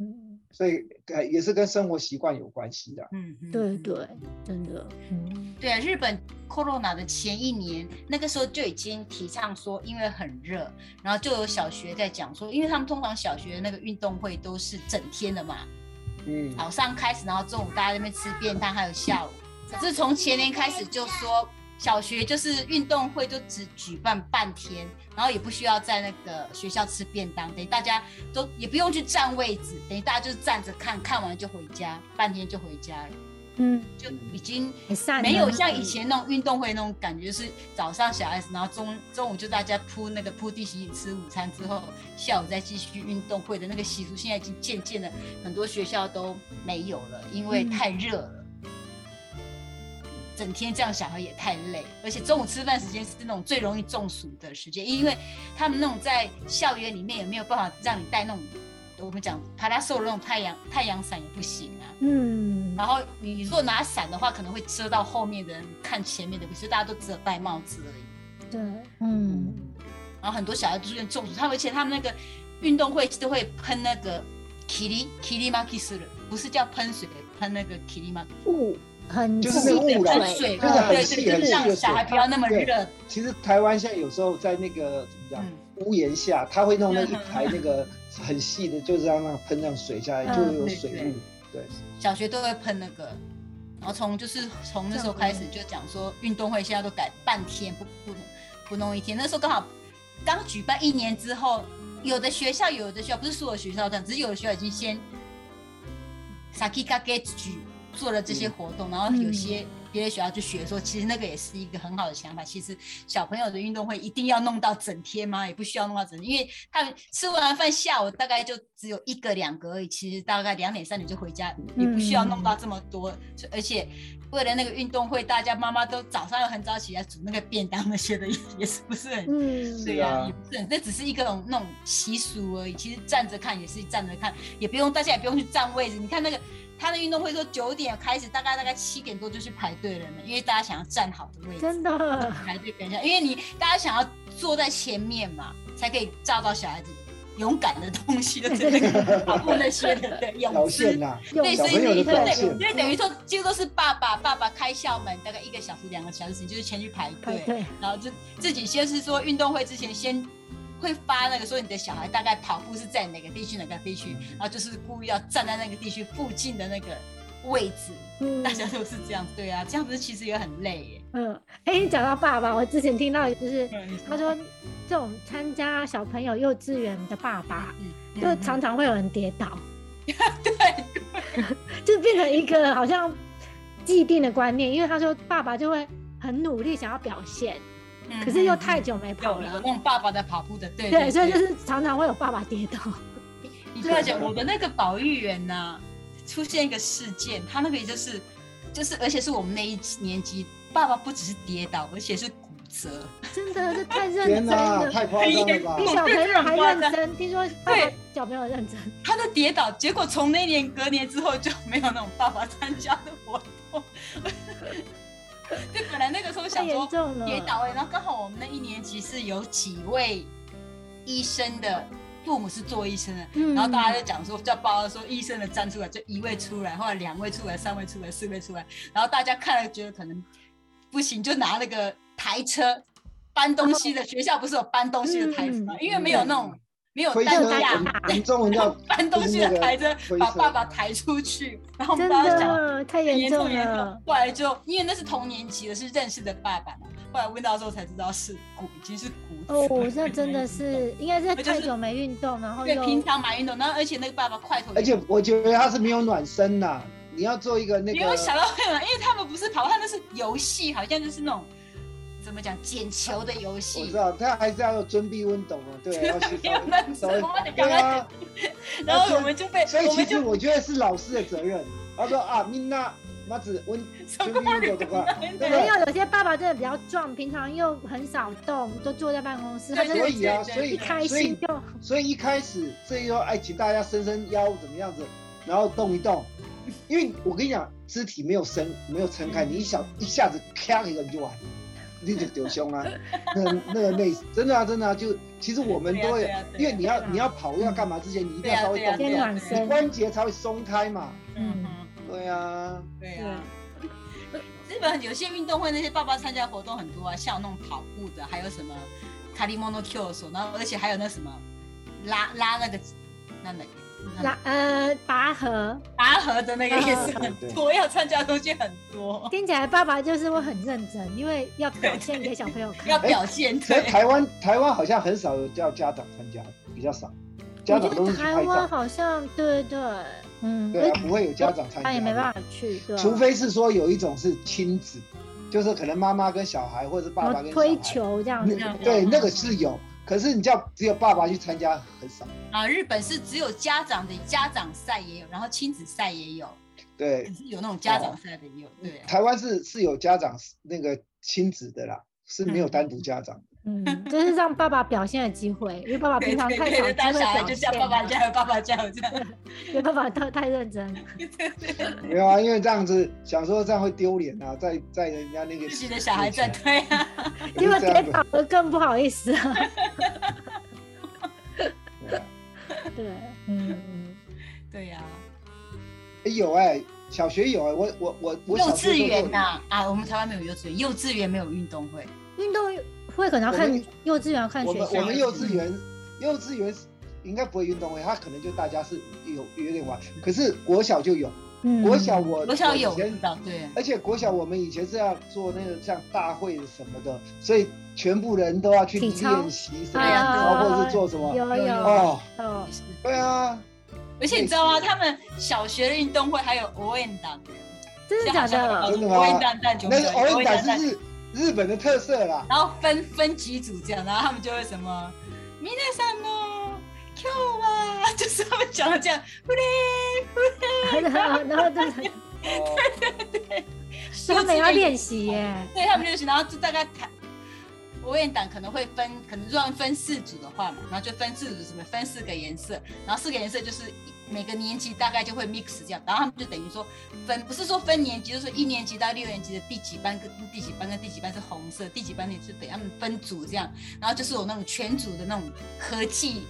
[SPEAKER 2] 嗯，
[SPEAKER 5] 所以呃也是跟生活习惯有关系的。
[SPEAKER 3] 嗯嗯
[SPEAKER 2] 对
[SPEAKER 3] 嗯
[SPEAKER 2] 对，真的，嗯，
[SPEAKER 3] 对，啊日本 corona 的前一年，那个时候就已经提倡说，因为很热，然后就有小学在讲说，因为他们通常小学那个运动会都是整天的嘛，
[SPEAKER 5] 嗯，
[SPEAKER 3] 早上开始，然后中午大家在那边吃便当，还有下午。可是从前年开始就说，小学就是运动会就只举办半天，然后也不需要在那个学校吃便当，等于大家都也不用去占位置，等于大家就是站着看看完就回家，半天就回家了，
[SPEAKER 2] 嗯，
[SPEAKER 3] 就已经
[SPEAKER 2] 很散
[SPEAKER 3] 没有
[SPEAKER 2] 了
[SPEAKER 3] 像以前那种运动会那种感觉，是早上小孩子，然后中中午就大家铺那个铺地洗洗吃午餐之后，下午再继续运动会的那个习俗，现在已经渐渐的很多学校都没有了，因为
[SPEAKER 2] 嗯
[SPEAKER 3] 太热了，整天这样小孩也太累，而且中午吃饭时间是那种最容易中暑的时间，因为他们那种在校园里面也没有办法让你带那种我们讲 p a r a s o 那种太阳太阳伞也不行啊。
[SPEAKER 2] 嗯，
[SPEAKER 3] 然后你如果拿伞的话，可能会遮到后面的人看前面的人，所以大家都只有戴帽子而已。
[SPEAKER 2] 对，嗯，
[SPEAKER 3] 然后很多小孩出现中暑，他们而且他们那个运动会都会喷那个 kiri kiri maki 是的，不是叫喷水，喷那个 kiri maki，
[SPEAKER 2] 雾很
[SPEAKER 5] 就是
[SPEAKER 2] 细
[SPEAKER 5] 那个雾
[SPEAKER 2] 的
[SPEAKER 5] 啦
[SPEAKER 3] 喷水，
[SPEAKER 5] 就是很
[SPEAKER 3] 对
[SPEAKER 5] 细
[SPEAKER 3] 对
[SPEAKER 5] 很
[SPEAKER 3] 对，
[SPEAKER 5] 细
[SPEAKER 3] 让
[SPEAKER 5] 的
[SPEAKER 3] 小孩
[SPEAKER 5] 水
[SPEAKER 3] 不要那么
[SPEAKER 5] 对
[SPEAKER 3] 热。
[SPEAKER 5] 其实台湾现在有时候在那个怎么讲，
[SPEAKER 3] 嗯，
[SPEAKER 5] 屋檐下，他会弄那一台那个很细的，就是让它喷上水下来，就
[SPEAKER 2] 嗯
[SPEAKER 5] 有
[SPEAKER 3] 对
[SPEAKER 5] 水
[SPEAKER 3] 对
[SPEAKER 5] 雾。
[SPEAKER 3] 小学都会喷那个。然后从就是从那时候开始就讲说，运动会现在都改半天，不不不弄一天。那时候刚好刚举办一年之后，有的学校有的学校不是所有学校这样，只是有的学校已经先 saki ga g 举做了这些活动，然后有些别的学校就学说，其实那个也是一个很好的想法。其实小朋友的运动会一定要弄到整天吗？也不需要弄到整天，因为他们吃完饭下午大概就只有一个两个而已，其实大概两点三点就回家，也不需要弄
[SPEAKER 2] 嗯
[SPEAKER 3] 到这么多。所以而且为了那个运动会，大家妈妈都早上又很早起来煮那个便当那些的，也也是不是很
[SPEAKER 2] 嗯，
[SPEAKER 3] 对
[SPEAKER 5] 啊
[SPEAKER 3] 啊，也不是很，这只是一个种那种习俗而已。其实站着看也是站着看，也不用大家也不用去占位置。你看那个他的运动会说九点开始，大概大概七点多就去排队了呢，因为大家想要站好的位
[SPEAKER 2] 嗯
[SPEAKER 3] 置，
[SPEAKER 2] 真的，
[SPEAKER 3] 排队等一下，因为你大家想要坐在前面嘛，才可以照到小孩子勇敢的东西，就是那
[SPEAKER 5] (laughs)
[SPEAKER 3] 个跑步那些的对
[SPEAKER 5] 表
[SPEAKER 3] 勇
[SPEAKER 5] 现
[SPEAKER 3] 士。
[SPEAKER 5] 呐，
[SPEAKER 3] 对，
[SPEAKER 5] 小
[SPEAKER 3] 所以
[SPEAKER 5] 朋友的
[SPEAKER 3] 你
[SPEAKER 5] 表
[SPEAKER 3] 对，
[SPEAKER 5] 现
[SPEAKER 3] 因为等于说几乎都是爸爸，爸爸开校门大概一个小时、两个小时，你就是前去排
[SPEAKER 2] 排
[SPEAKER 3] 队。
[SPEAKER 2] 队，
[SPEAKER 3] 然后就自己先是说运动会之前先会发那个说你的小孩大概跑步是在哪个地区哪个地区，然后就是故意要站在那个地区附近的那个位置，
[SPEAKER 2] 嗯
[SPEAKER 3] 大家都是这样，对啊，这样子其实也很累耶。
[SPEAKER 2] 嗯，哎，你讲到爸爸，我之前听到就是
[SPEAKER 3] 嗯
[SPEAKER 2] 他说这种参加小朋友幼稚园的爸爸，
[SPEAKER 3] 嗯
[SPEAKER 2] 就常常会有人跌倒，
[SPEAKER 3] (laughs) 对，
[SPEAKER 2] 就变成一个好像既定的观念，因为他说爸爸就会很努力想要表现，
[SPEAKER 3] 嗯
[SPEAKER 2] 可是又太久没跑
[SPEAKER 3] 有了
[SPEAKER 2] 了
[SPEAKER 3] 那，种爸爸的跑步的，嗯对
[SPEAKER 2] 对，所以就是常常会有爸爸跌倒，
[SPEAKER 3] 你不要讲我的那个保育员呢、出现一个事件，他那个也就是就是，而且是我们那一年级，爸爸不只是跌倒，而且是骨折。
[SPEAKER 2] 真的这太认
[SPEAKER 5] 天
[SPEAKER 2] 真
[SPEAKER 5] 哪，
[SPEAKER 2] 了。
[SPEAKER 5] 太夸张了
[SPEAKER 3] 哎
[SPEAKER 5] 吧！
[SPEAKER 2] 小朋友还认
[SPEAKER 3] 对
[SPEAKER 2] 真，听说爸爸
[SPEAKER 3] 对
[SPEAKER 2] 小朋友认真，
[SPEAKER 3] 他的跌倒，结果从那年隔年之后就没有那种爸爸参加的活动。 (laughs) 对，本来那个时候
[SPEAKER 2] 太
[SPEAKER 3] 想
[SPEAKER 2] 严
[SPEAKER 3] 说
[SPEAKER 2] 重了。
[SPEAKER 3] 跌倒哎、然后刚好我们那一年级是有几位医生的父母是做医生的，
[SPEAKER 2] 嗯，
[SPEAKER 3] 然后大家就讲说叫报说医生的站出来，就一位出来，后来两位出来，三位出来，四位出来，然后大家看了觉得可能不行，就拿那
[SPEAKER 2] 嗯
[SPEAKER 3] 个台车搬东西的，学校不是有搬东西的台车吗？因为没有那种没有
[SPEAKER 5] 推
[SPEAKER 3] 担
[SPEAKER 5] 车
[SPEAKER 3] 架，
[SPEAKER 5] 民民众
[SPEAKER 3] (laughs)
[SPEAKER 5] 要
[SPEAKER 3] 搬东西的抬着
[SPEAKER 5] 推车
[SPEAKER 3] 把爸爸抬出去，然后我们
[SPEAKER 2] 真
[SPEAKER 3] 大家想。哎
[SPEAKER 2] 的太
[SPEAKER 3] 很严
[SPEAKER 2] 严
[SPEAKER 3] 重
[SPEAKER 2] 重
[SPEAKER 3] 严重
[SPEAKER 2] 了。，
[SPEAKER 3] 后来就因为那是同年级的，是认识的爸爸嘛。后来问到之后才知道是骨，已经是骨折
[SPEAKER 2] 哦，那真的是应该是
[SPEAKER 3] 就是
[SPEAKER 2] 太久没运动，然后
[SPEAKER 3] 对
[SPEAKER 2] 又
[SPEAKER 3] 平常蛮运动，然后而且那个爸爸块头也，
[SPEAKER 5] 而且我觉得他是没有暖身呐、你要做一个那
[SPEAKER 3] 没
[SPEAKER 5] 个，
[SPEAKER 3] 有想到会有人，因为他们不是跑步，他们是游戏，好像就是那种怎么讲捡球的游
[SPEAKER 5] 我
[SPEAKER 3] 戏
[SPEAKER 5] 知，道他还是要有尊卑温懂啊，对，要去
[SPEAKER 3] (laughs) 没有
[SPEAKER 5] 稍
[SPEAKER 3] 认
[SPEAKER 5] 微
[SPEAKER 3] 识
[SPEAKER 5] 稍微
[SPEAKER 3] 我的刚
[SPEAKER 5] 对啊
[SPEAKER 3] 刚，，然后我们就 (laughs) 被
[SPEAKER 5] 所以
[SPEAKER 3] 我
[SPEAKER 5] 其
[SPEAKER 3] 们
[SPEAKER 5] 实
[SPEAKER 3] 就
[SPEAKER 5] 我觉得是老师的责任。他说啊，米娜，妈子温
[SPEAKER 3] 什
[SPEAKER 5] 尊
[SPEAKER 3] 么
[SPEAKER 5] 卑温懂的话，对
[SPEAKER 2] 没
[SPEAKER 5] 不对？
[SPEAKER 2] 有有些爸爸真的比较壮，平常又很少动，都坐在办公室，他
[SPEAKER 3] 对
[SPEAKER 2] 真
[SPEAKER 5] 所
[SPEAKER 2] 的
[SPEAKER 5] 以啊，
[SPEAKER 3] 对对
[SPEAKER 5] 所以
[SPEAKER 2] 一开
[SPEAKER 5] 所以
[SPEAKER 2] 心就
[SPEAKER 5] 所以一开始这又爱请大家伸伸腰怎么样子，然后动一动，因为我跟你讲，肢体没有伸没有撑开，你一小一下子咔一个你就完，你就丢
[SPEAKER 3] (laughs)
[SPEAKER 5] 胸啊，那那个累死，真的啊真的啊，就其实我们都会
[SPEAKER 3] 对啊，
[SPEAKER 5] 因
[SPEAKER 3] 对啊对啊
[SPEAKER 5] 为你要你要跑要干嘛之前，你一定
[SPEAKER 3] 对
[SPEAKER 5] 要
[SPEAKER 3] 啊
[SPEAKER 5] 稍微
[SPEAKER 3] 对啊，
[SPEAKER 5] 动
[SPEAKER 3] 对
[SPEAKER 5] 一
[SPEAKER 2] 先
[SPEAKER 3] 啊
[SPEAKER 2] 暖
[SPEAKER 5] 动，
[SPEAKER 2] 身
[SPEAKER 5] 你关节才会松开嘛，
[SPEAKER 3] 嗯
[SPEAKER 5] 对啊，
[SPEAKER 3] 对
[SPEAKER 2] 对
[SPEAKER 3] 啊。日本有些运动会，那些爸爸参加活动很多啊，像那种跑步的，还有什么卡利莫诺 Q 手，然后而且还有那什么拉拉那个那那个
[SPEAKER 2] 拉呃拔河。
[SPEAKER 3] 拔河的那个也是很
[SPEAKER 5] 啊
[SPEAKER 3] (laughs)
[SPEAKER 5] 对
[SPEAKER 3] 多，要参加的东西很多，
[SPEAKER 5] (laughs)
[SPEAKER 2] 听起来爸爸就是会很认真，因为要表现给小朋友
[SPEAKER 3] 要
[SPEAKER 2] 看。
[SPEAKER 3] 表现
[SPEAKER 2] (laughs)
[SPEAKER 5] 所以
[SPEAKER 3] 对。
[SPEAKER 5] 台湾台湾好像很少有叫家长参加，比较少，家
[SPEAKER 2] 我
[SPEAKER 5] 长
[SPEAKER 2] 觉
[SPEAKER 5] 都
[SPEAKER 2] 得
[SPEAKER 5] 是去
[SPEAKER 2] 台
[SPEAKER 5] 拍
[SPEAKER 2] 湾
[SPEAKER 5] 照，
[SPEAKER 2] 好像对对，嗯，
[SPEAKER 5] 对啊，不会有家长参加
[SPEAKER 2] 他
[SPEAKER 5] 的，
[SPEAKER 2] 也哎没办法去，对啊，
[SPEAKER 5] 除非是说有一种是亲子，就是可能妈妈跟小孩，或者是爸
[SPEAKER 2] 然
[SPEAKER 5] 爸
[SPEAKER 2] 后
[SPEAKER 5] 跟小孩
[SPEAKER 2] 推，球这样子，
[SPEAKER 5] 那对那个是有，可是你叫只有爸爸去参加很少，
[SPEAKER 3] 啊，日本是只有家长的家长赛也有，然后亲子赛也有，
[SPEAKER 5] 对，
[SPEAKER 2] 嗯
[SPEAKER 3] 只是有那种家长赛的也有，对啊。
[SPEAKER 5] 台湾是是有家长那个亲子的啦，是没有单独家长，
[SPEAKER 2] 嗯，就是让爸爸表现的机会，因为爸爸
[SPEAKER 3] 对
[SPEAKER 2] 平常
[SPEAKER 3] 对
[SPEAKER 2] 太
[SPEAKER 3] 对，
[SPEAKER 2] 少
[SPEAKER 3] 就当
[SPEAKER 2] 机
[SPEAKER 3] 小
[SPEAKER 2] 会
[SPEAKER 3] 孩就
[SPEAKER 2] 表
[SPEAKER 3] 叫
[SPEAKER 2] 现
[SPEAKER 3] 爸爸
[SPEAKER 2] 了，
[SPEAKER 3] 加油，爸爸加油这样。
[SPEAKER 2] 因为爸爸太太认真，
[SPEAKER 5] 没有啊，因为这样子想说这样会丢脸啊，在在人家那个
[SPEAKER 3] 自己的小孩在推啊，
[SPEAKER 5] 可
[SPEAKER 2] 结
[SPEAKER 5] 是
[SPEAKER 2] 果
[SPEAKER 5] 这
[SPEAKER 2] 跌
[SPEAKER 5] 样子
[SPEAKER 2] 倒了更不好意思啊了。
[SPEAKER 5] 对啊
[SPEAKER 2] 对，嗯，
[SPEAKER 3] 对呀、
[SPEAKER 5] 诶有哎、小学有哎、我我我我
[SPEAKER 3] 幼
[SPEAKER 5] 小学
[SPEAKER 3] 稚
[SPEAKER 5] 就
[SPEAKER 3] 园
[SPEAKER 5] 有
[SPEAKER 3] 呐、啊，我们台湾没有幼稚园，幼稚园没有运动会，
[SPEAKER 2] 运动会可能要看
[SPEAKER 5] 我们
[SPEAKER 2] 幼稚园要看
[SPEAKER 5] 我
[SPEAKER 2] 学
[SPEAKER 5] 们
[SPEAKER 2] 校，
[SPEAKER 5] 我们幼稚园，幼稚园是应该不会运动会，他可能就大家是有有点晚，可是国小就有，
[SPEAKER 2] 嗯
[SPEAKER 5] 国小我
[SPEAKER 3] 国小有
[SPEAKER 5] 我以前
[SPEAKER 3] 知道对，
[SPEAKER 5] 而且国小我们以前是要做那个像大会什么的，所以全部人都要去
[SPEAKER 2] 体操
[SPEAKER 5] 练习什么，
[SPEAKER 3] 对啊
[SPEAKER 5] 然后或者
[SPEAKER 2] 啊
[SPEAKER 5] 是做什么，
[SPEAKER 2] 有
[SPEAKER 3] 有有
[SPEAKER 2] 有
[SPEAKER 5] 哦，
[SPEAKER 2] 有，
[SPEAKER 5] 对啊，
[SPEAKER 3] 而且你知道吗？
[SPEAKER 5] 类似
[SPEAKER 3] 他们小学的运动会还有 O N 党，
[SPEAKER 2] 真的假的？
[SPEAKER 3] (laughs)
[SPEAKER 5] 真的吗
[SPEAKER 3] o N 党蛋球，
[SPEAKER 5] 那是偶尔
[SPEAKER 3] 蛋
[SPEAKER 5] 感是日日本的特色啦，
[SPEAKER 3] 然后分分几组这样，然后他们就会什么，皆さんの今日は，啊 (laughs) 就是他们讲的这样，不嘞不嘞，
[SPEAKER 2] 然后对，
[SPEAKER 5] 哦
[SPEAKER 2] 他们要练习耶。
[SPEAKER 3] 对他们就行，然后就大概谈。我演党可能会分，可能让分四组的话嘛，然后就分四组，什么分四个颜色，然后四个颜色就是每个年级大概就会 mix 这样，然后他们就等于说分，不是说分年级，就是一年级到六年级的第几班跟第几班跟第几班是红色，第几班也是等他们分组这样，然后就是有那种全组的那种合计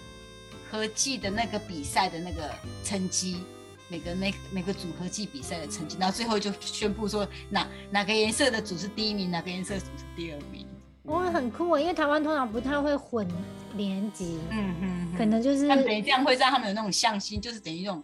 [SPEAKER 3] 合计的那个比赛的那个成绩，每个那每个组合计比赛的成绩，然后最后就宣布说哪哪个颜色的组是第一名，哪个颜色的组是第二名。
[SPEAKER 2] 哇，很酷哦！因为台湾通常不太会混年级，
[SPEAKER 3] 嗯哼
[SPEAKER 2] 可能就是
[SPEAKER 3] 他们等于这样会让他们有那种向心，就是等于一种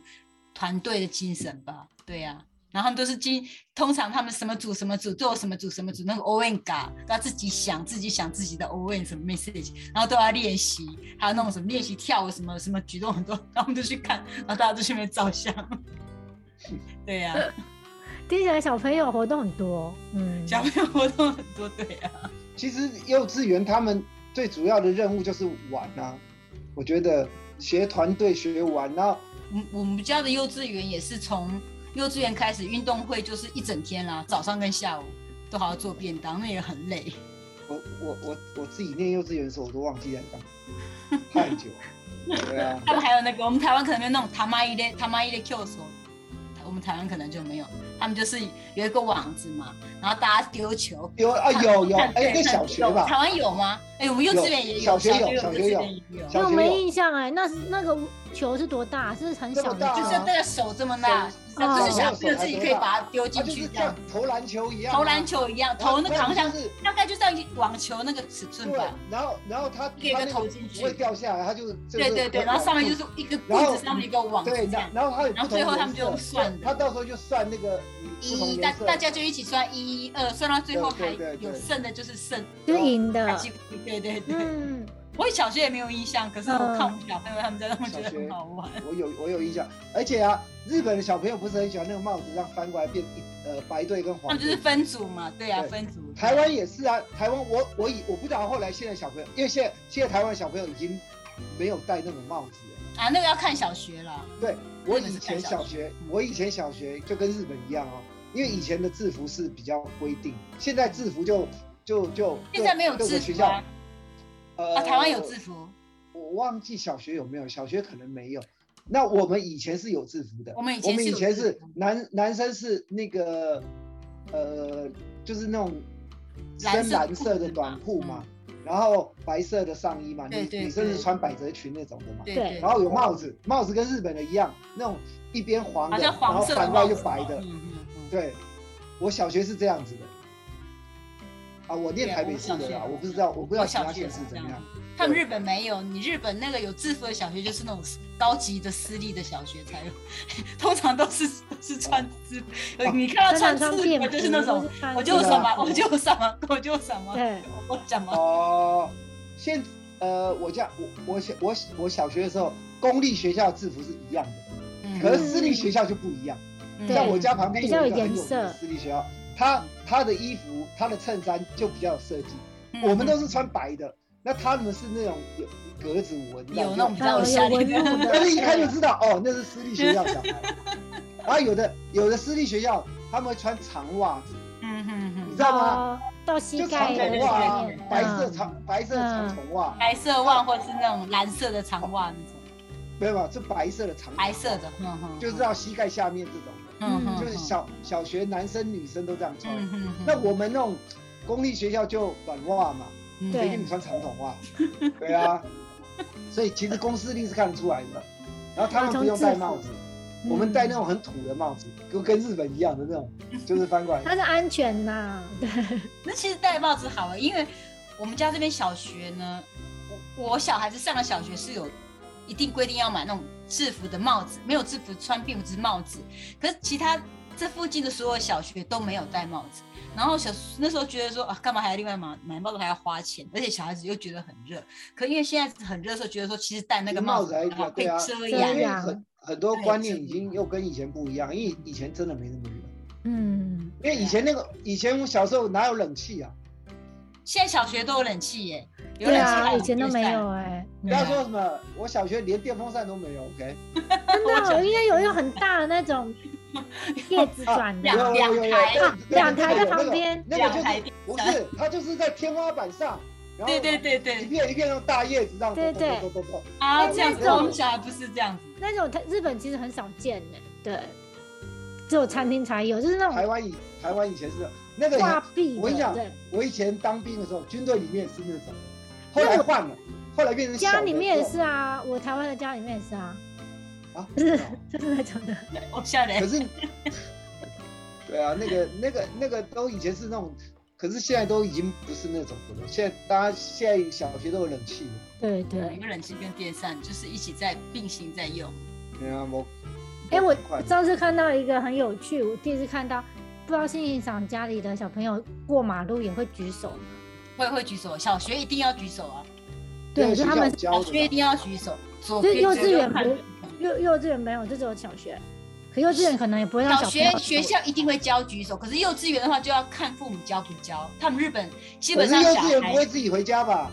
[SPEAKER 3] 团队的精神吧。对呀、然后他们都是经，通常他们什么组什么组都有什么组什么组那个 O N 嘎，他自己想自己想自己的 O N 什么 message，然后都要练习，还有那种什么练习跳舞什么什么举动很多，然后我们就去看，然后大家都去那边照相。 (laughs) 对啊 (laughs) 呀、
[SPEAKER 2] 听起来小朋友活动很多，嗯，
[SPEAKER 3] 小朋友活动很多，对啊呀、
[SPEAKER 5] 其实幼稚园他们最主要的任务就是玩啊，我觉得学团队学玩，然后
[SPEAKER 3] 我嗯我们家的幼稚园也是从幼稚园开始，运动会就是一整天啦，早上跟下午都还要做便当，那也很累。
[SPEAKER 5] 我我我我自己念幼稚园的时候我都忘记在干嘛，太久了，对啊。
[SPEAKER 3] 他们还有那个，我们台湾可能没有那种他妈一的他妈一的 Q 手，我们台湾可能就没有。他们就是有一个网子嘛，然后大家丢球。
[SPEAKER 5] 有啊，有有，哎、那小学吧，
[SPEAKER 3] 台湾有吗？哎、我们幼稚园也有，
[SPEAKER 5] 有小学有
[SPEAKER 3] 有，
[SPEAKER 5] 小学
[SPEAKER 3] 幼稚
[SPEAKER 5] 有
[SPEAKER 3] 园也有
[SPEAKER 5] 小
[SPEAKER 2] 因为我
[SPEAKER 5] 学
[SPEAKER 2] 没
[SPEAKER 5] 有
[SPEAKER 2] 印象哎，那是那个球是多大？是很小
[SPEAKER 5] 这么大
[SPEAKER 2] 的
[SPEAKER 5] 啊
[SPEAKER 3] 就是
[SPEAKER 2] 球，
[SPEAKER 3] 这个手这么大，
[SPEAKER 2] 手哦
[SPEAKER 3] 就是小朋友自己可以把它丢进
[SPEAKER 5] 它就是
[SPEAKER 3] 去，这
[SPEAKER 5] 像
[SPEAKER 3] 样
[SPEAKER 5] 投篮球一样啊，
[SPEAKER 3] 投篮球一样，
[SPEAKER 5] 然后
[SPEAKER 3] 投那个好像
[SPEAKER 5] 就是
[SPEAKER 3] 大概就这样一网球那个尺寸
[SPEAKER 5] 对
[SPEAKER 3] 吧，，
[SPEAKER 5] 然后然后它
[SPEAKER 3] 一个
[SPEAKER 5] 它
[SPEAKER 3] 投
[SPEAKER 5] 那个
[SPEAKER 3] 进去
[SPEAKER 5] 不会掉下来，它就是
[SPEAKER 3] 对对对，然后上面就是一个
[SPEAKER 5] 然后
[SPEAKER 3] 棍子，上面一个网，
[SPEAKER 5] 对，
[SPEAKER 3] 这
[SPEAKER 5] 然
[SPEAKER 3] 样，
[SPEAKER 5] 然后它有
[SPEAKER 3] 然后
[SPEAKER 5] 不同
[SPEAKER 3] 最后他们
[SPEAKER 5] 颜
[SPEAKER 3] 就
[SPEAKER 5] 色
[SPEAKER 3] 算
[SPEAKER 5] 他到时候就算那个不同
[SPEAKER 3] 一大
[SPEAKER 5] 颜色，
[SPEAKER 3] 大家就一起算一一二，算到最后还
[SPEAKER 5] 对对对
[SPEAKER 3] 有剩的就是剩，
[SPEAKER 2] 就是赢
[SPEAKER 3] 还
[SPEAKER 2] 的，
[SPEAKER 3] 记不对对对。
[SPEAKER 2] 嗯，
[SPEAKER 3] 我小学也没有印象，可是我看我们小朋友他们在那，我觉得
[SPEAKER 5] 小学
[SPEAKER 3] 很好玩。
[SPEAKER 5] 我有我有印象，而且啊，日本的小朋友不是很喜欢那个帽子，让翻过来变一呃白队跟
[SPEAKER 3] 他
[SPEAKER 5] 黄
[SPEAKER 3] 们就是
[SPEAKER 5] 队。
[SPEAKER 3] 分组嘛，对啊，
[SPEAKER 5] 对
[SPEAKER 3] 分组。
[SPEAKER 5] 台湾也是啊，台湾我我以我不知道后来现在小朋友，因为现在现在台湾小朋友已经没有戴那种帽子了。
[SPEAKER 3] 啊，那个要看小学了。
[SPEAKER 5] 对我
[SPEAKER 3] 日本
[SPEAKER 5] 以
[SPEAKER 3] 是看
[SPEAKER 5] 前
[SPEAKER 3] 小
[SPEAKER 5] 小
[SPEAKER 3] 学
[SPEAKER 5] 学，我以前小学就跟日本一样哦，因为以前的制服是比较规定，现在制服就就就
[SPEAKER 3] 现在没有
[SPEAKER 5] 各各
[SPEAKER 3] 制
[SPEAKER 5] 个学
[SPEAKER 3] 服
[SPEAKER 5] 校
[SPEAKER 3] 啊，
[SPEAKER 5] 呃
[SPEAKER 3] 啊，台湾有制服，
[SPEAKER 5] 我忘记小学有没有，小学可能没有。那我们以前是有制服的，
[SPEAKER 3] 我们以
[SPEAKER 5] 我
[SPEAKER 3] 前
[SPEAKER 5] 们
[SPEAKER 3] 是
[SPEAKER 5] 以
[SPEAKER 3] 有
[SPEAKER 5] 前
[SPEAKER 3] 制
[SPEAKER 5] 是
[SPEAKER 3] 服
[SPEAKER 5] 男男生是那个呃，就是那种
[SPEAKER 3] 蓝
[SPEAKER 5] 深
[SPEAKER 3] 色
[SPEAKER 5] 蓝
[SPEAKER 3] 裤
[SPEAKER 5] 色的
[SPEAKER 3] 子
[SPEAKER 5] 短
[SPEAKER 3] 嘛嗯
[SPEAKER 5] 裤嘛，然后白色的上衣嘛，
[SPEAKER 3] 对对
[SPEAKER 5] 女女生是
[SPEAKER 3] 对
[SPEAKER 5] 穿百褶裙那种的嘛，
[SPEAKER 3] 对
[SPEAKER 2] 对
[SPEAKER 3] 对，
[SPEAKER 5] 然后有帽子，帽子跟日本的一样，那种一边黄
[SPEAKER 3] 好
[SPEAKER 5] 的，
[SPEAKER 3] 像
[SPEAKER 5] 然
[SPEAKER 3] 黄
[SPEAKER 5] 后
[SPEAKER 3] 色的
[SPEAKER 5] 反过
[SPEAKER 3] 帽
[SPEAKER 5] 来
[SPEAKER 3] 子
[SPEAKER 5] 就
[SPEAKER 3] 嘛
[SPEAKER 5] 白的
[SPEAKER 3] 嗯，嗯嗯
[SPEAKER 5] 对，我小学是这样子的。啊，我念
[SPEAKER 3] 对
[SPEAKER 5] 台北
[SPEAKER 3] 我
[SPEAKER 5] 市
[SPEAKER 3] 小
[SPEAKER 5] 的
[SPEAKER 3] 学
[SPEAKER 5] 啦，
[SPEAKER 3] 也
[SPEAKER 5] 我
[SPEAKER 3] 是
[SPEAKER 5] 不知道，我不知道
[SPEAKER 3] 我
[SPEAKER 5] 其
[SPEAKER 3] 小
[SPEAKER 5] 他
[SPEAKER 3] 学
[SPEAKER 5] 县市
[SPEAKER 3] 是这
[SPEAKER 5] 怎么样
[SPEAKER 3] 样。。他们日本没有，你日本那个有制服的小学就是那种高级的私立的小学才有， (laughs) 通常都是都是穿制服，
[SPEAKER 5] 啊
[SPEAKER 3] 你看到
[SPEAKER 2] 穿
[SPEAKER 3] 哦穿
[SPEAKER 2] 上
[SPEAKER 3] 制
[SPEAKER 2] 便
[SPEAKER 3] 服
[SPEAKER 2] 服
[SPEAKER 3] 就是那种，，我就
[SPEAKER 5] 什
[SPEAKER 3] 什
[SPEAKER 5] 么
[SPEAKER 3] 么我就什么我就什么，
[SPEAKER 2] 对，
[SPEAKER 3] 我怎么
[SPEAKER 5] 哦，现呃，我家我我小我我小学的时候，公立学校的制服是一样的，
[SPEAKER 3] 嗯
[SPEAKER 5] 可是私立学校就不一样。
[SPEAKER 3] 嗯
[SPEAKER 5] 像我家旁边
[SPEAKER 2] 比
[SPEAKER 5] 有
[SPEAKER 2] 较
[SPEAKER 5] 一个
[SPEAKER 2] 有
[SPEAKER 5] 很
[SPEAKER 2] 颜
[SPEAKER 5] 有名的
[SPEAKER 2] 色
[SPEAKER 5] 私立学校，他他的衣服他的衬衫就比较有设计，
[SPEAKER 3] 嗯
[SPEAKER 5] 我们都是穿白的，那他们是那种有格子纹的，
[SPEAKER 3] 有那种比
[SPEAKER 2] 然后
[SPEAKER 3] 较
[SPEAKER 2] 嗯有
[SPEAKER 3] 有下
[SPEAKER 2] 纹
[SPEAKER 3] 面
[SPEAKER 2] 路
[SPEAKER 3] 的，
[SPEAKER 2] 的，
[SPEAKER 5] (laughs) 但是一看就知道哦，那是私立学校小孩。
[SPEAKER 2] (laughs)
[SPEAKER 5] 然后有的有的私立学校他们会穿长袜子，
[SPEAKER 3] 嗯嗯
[SPEAKER 5] 你
[SPEAKER 3] 嗯，
[SPEAKER 5] 知道吗？
[SPEAKER 2] 哦，到膝
[SPEAKER 5] 就
[SPEAKER 2] 盖
[SPEAKER 5] 长
[SPEAKER 2] 的
[SPEAKER 5] 筒
[SPEAKER 3] 对
[SPEAKER 5] 袜
[SPEAKER 2] 概
[SPEAKER 5] 啊
[SPEAKER 2] 念，
[SPEAKER 5] 白色
[SPEAKER 2] 嗯
[SPEAKER 5] 长白色长筒袜，
[SPEAKER 3] 白色袜或者是那种蓝色的长袜那种，
[SPEAKER 5] 没有没有，是白色的长筒袜
[SPEAKER 3] 白色的，嗯嗯，
[SPEAKER 5] 就是到膝盖下面这种的，
[SPEAKER 3] 嗯嗯，
[SPEAKER 5] 就是小小学男生女生都这样穿。
[SPEAKER 3] 嗯嗯，嗯
[SPEAKER 5] 那我们那种公立学校就短袜嘛，
[SPEAKER 3] 嗯
[SPEAKER 5] 谁
[SPEAKER 2] 对
[SPEAKER 5] 给你穿长筒袜？
[SPEAKER 2] (laughs)
[SPEAKER 5] 对啊，所以其实公司令是看得出来的。然后他们不用戴帽子，我
[SPEAKER 2] 嗯
[SPEAKER 5] 们戴那种很土的帽子，就跟日本一样的那种，就是翻过来。
[SPEAKER 2] 嗯它是安全呐，对，
[SPEAKER 3] 那其实戴帽子好了，因为我们家这边小学呢，我我小孩子上了小学是有一定规定要买那种制服的帽子，没有制服穿并不是帽子。可是其他这附近的所有小学都没有戴帽子。然后小那时候觉得说啊，干嘛还要另外买买帽子还要花钱，而且小孩子又觉得很热。可因为现在很热的时候，觉得说其实戴那个帽
[SPEAKER 5] 帽
[SPEAKER 3] 子
[SPEAKER 5] 子还比较
[SPEAKER 3] 啊可以
[SPEAKER 5] 对啊，
[SPEAKER 3] 遮
[SPEAKER 2] 呀
[SPEAKER 5] 因
[SPEAKER 3] 阳
[SPEAKER 5] 为
[SPEAKER 2] 对。啊
[SPEAKER 5] 很很多观念已经又跟以前不一样，因为以前真的没那么热。
[SPEAKER 2] 嗯，
[SPEAKER 5] 因为以前那个，以前我小时候哪有冷气啊？
[SPEAKER 3] 现在小学都有冷气耶，有
[SPEAKER 2] 对
[SPEAKER 3] 冷气
[SPEAKER 2] 啊，
[SPEAKER 3] 还
[SPEAKER 2] 以前都没有哎，
[SPEAKER 3] 啊
[SPEAKER 5] 不要说什么，我小学连电风扇都没有。OK，
[SPEAKER 2] (laughs) 真的，啊因为有一种很大的那 (laughs) 种叶子转的
[SPEAKER 3] 两，
[SPEAKER 5] 有有有有
[SPEAKER 3] 两台
[SPEAKER 5] 有
[SPEAKER 2] 啊两台在
[SPEAKER 5] 有那个
[SPEAKER 2] 旁边
[SPEAKER 5] 那
[SPEAKER 3] 两
[SPEAKER 5] 个就是
[SPEAKER 3] 台电
[SPEAKER 5] 不是，它就是在天花板上，然后
[SPEAKER 3] 对对对
[SPEAKER 5] 一
[SPEAKER 3] 对
[SPEAKER 5] 片一片那种大叶子这样，
[SPEAKER 2] 对对
[SPEAKER 5] 咚咚咚咚
[SPEAKER 3] 啊，
[SPEAKER 2] 那
[SPEAKER 3] 这样子
[SPEAKER 2] 种
[SPEAKER 3] 我们小孩不是这样子。
[SPEAKER 2] 那种它日本其实很少见的，对，只有餐厅才有，就是那
[SPEAKER 5] 咚台
[SPEAKER 2] 种
[SPEAKER 5] 湾以台湾以前是那个
[SPEAKER 2] 挂
[SPEAKER 5] 也，
[SPEAKER 2] 壁
[SPEAKER 5] 我跟你
[SPEAKER 2] 的，
[SPEAKER 5] 讲
[SPEAKER 2] 对，
[SPEAKER 5] 我以前当兵的时候，军队里面是那种，后来换了，后来变成小
[SPEAKER 2] 家
[SPEAKER 5] 的
[SPEAKER 2] 里面也是啊，我台湾的家里面也是啊，
[SPEAKER 5] 啊，
[SPEAKER 2] 就是
[SPEAKER 5] 哦
[SPEAKER 2] 就是那种的，
[SPEAKER 3] 我哦吓人
[SPEAKER 5] 可。是，对啊，那个那个那个都以前是那种，可是现在都已经不是那种的了。现在大家现在小学都有冷气了，
[SPEAKER 2] 对
[SPEAKER 3] 对，
[SPEAKER 2] 对
[SPEAKER 3] 一。个冷气跟电扇就是一起在并行在用。
[SPEAKER 5] 对啊，我
[SPEAKER 2] 哎、我
[SPEAKER 5] 快
[SPEAKER 2] 上次看到一个很有趣，我第一次看到，不知道新欣赏家里的小朋友过马路也会举手吗，
[SPEAKER 3] 会会举手，小学一定要举手啊，
[SPEAKER 2] 对，
[SPEAKER 5] 那个
[SPEAKER 2] 就
[SPEAKER 5] 学
[SPEAKER 2] 他
[SPEAKER 5] 校
[SPEAKER 2] 们
[SPEAKER 5] 教
[SPEAKER 3] 小
[SPEAKER 5] 的
[SPEAKER 3] 学一
[SPEAKER 5] 啦，
[SPEAKER 3] 定要举手。左
[SPEAKER 2] 就
[SPEAKER 3] 边
[SPEAKER 2] 是幼稚园
[SPEAKER 3] 看
[SPEAKER 2] 不幼幼稚园没有，就只有小学，可幼稚园可能也不会让
[SPEAKER 3] 小
[SPEAKER 2] 朋友
[SPEAKER 3] 学学校一定会教举手，可是幼稚园的话就要看父母教不教。他们日本基
[SPEAKER 5] 可
[SPEAKER 3] 本
[SPEAKER 5] 是
[SPEAKER 3] 上
[SPEAKER 5] 幼
[SPEAKER 3] 小
[SPEAKER 5] 稚园不会
[SPEAKER 3] 孩
[SPEAKER 5] 自己回家吧？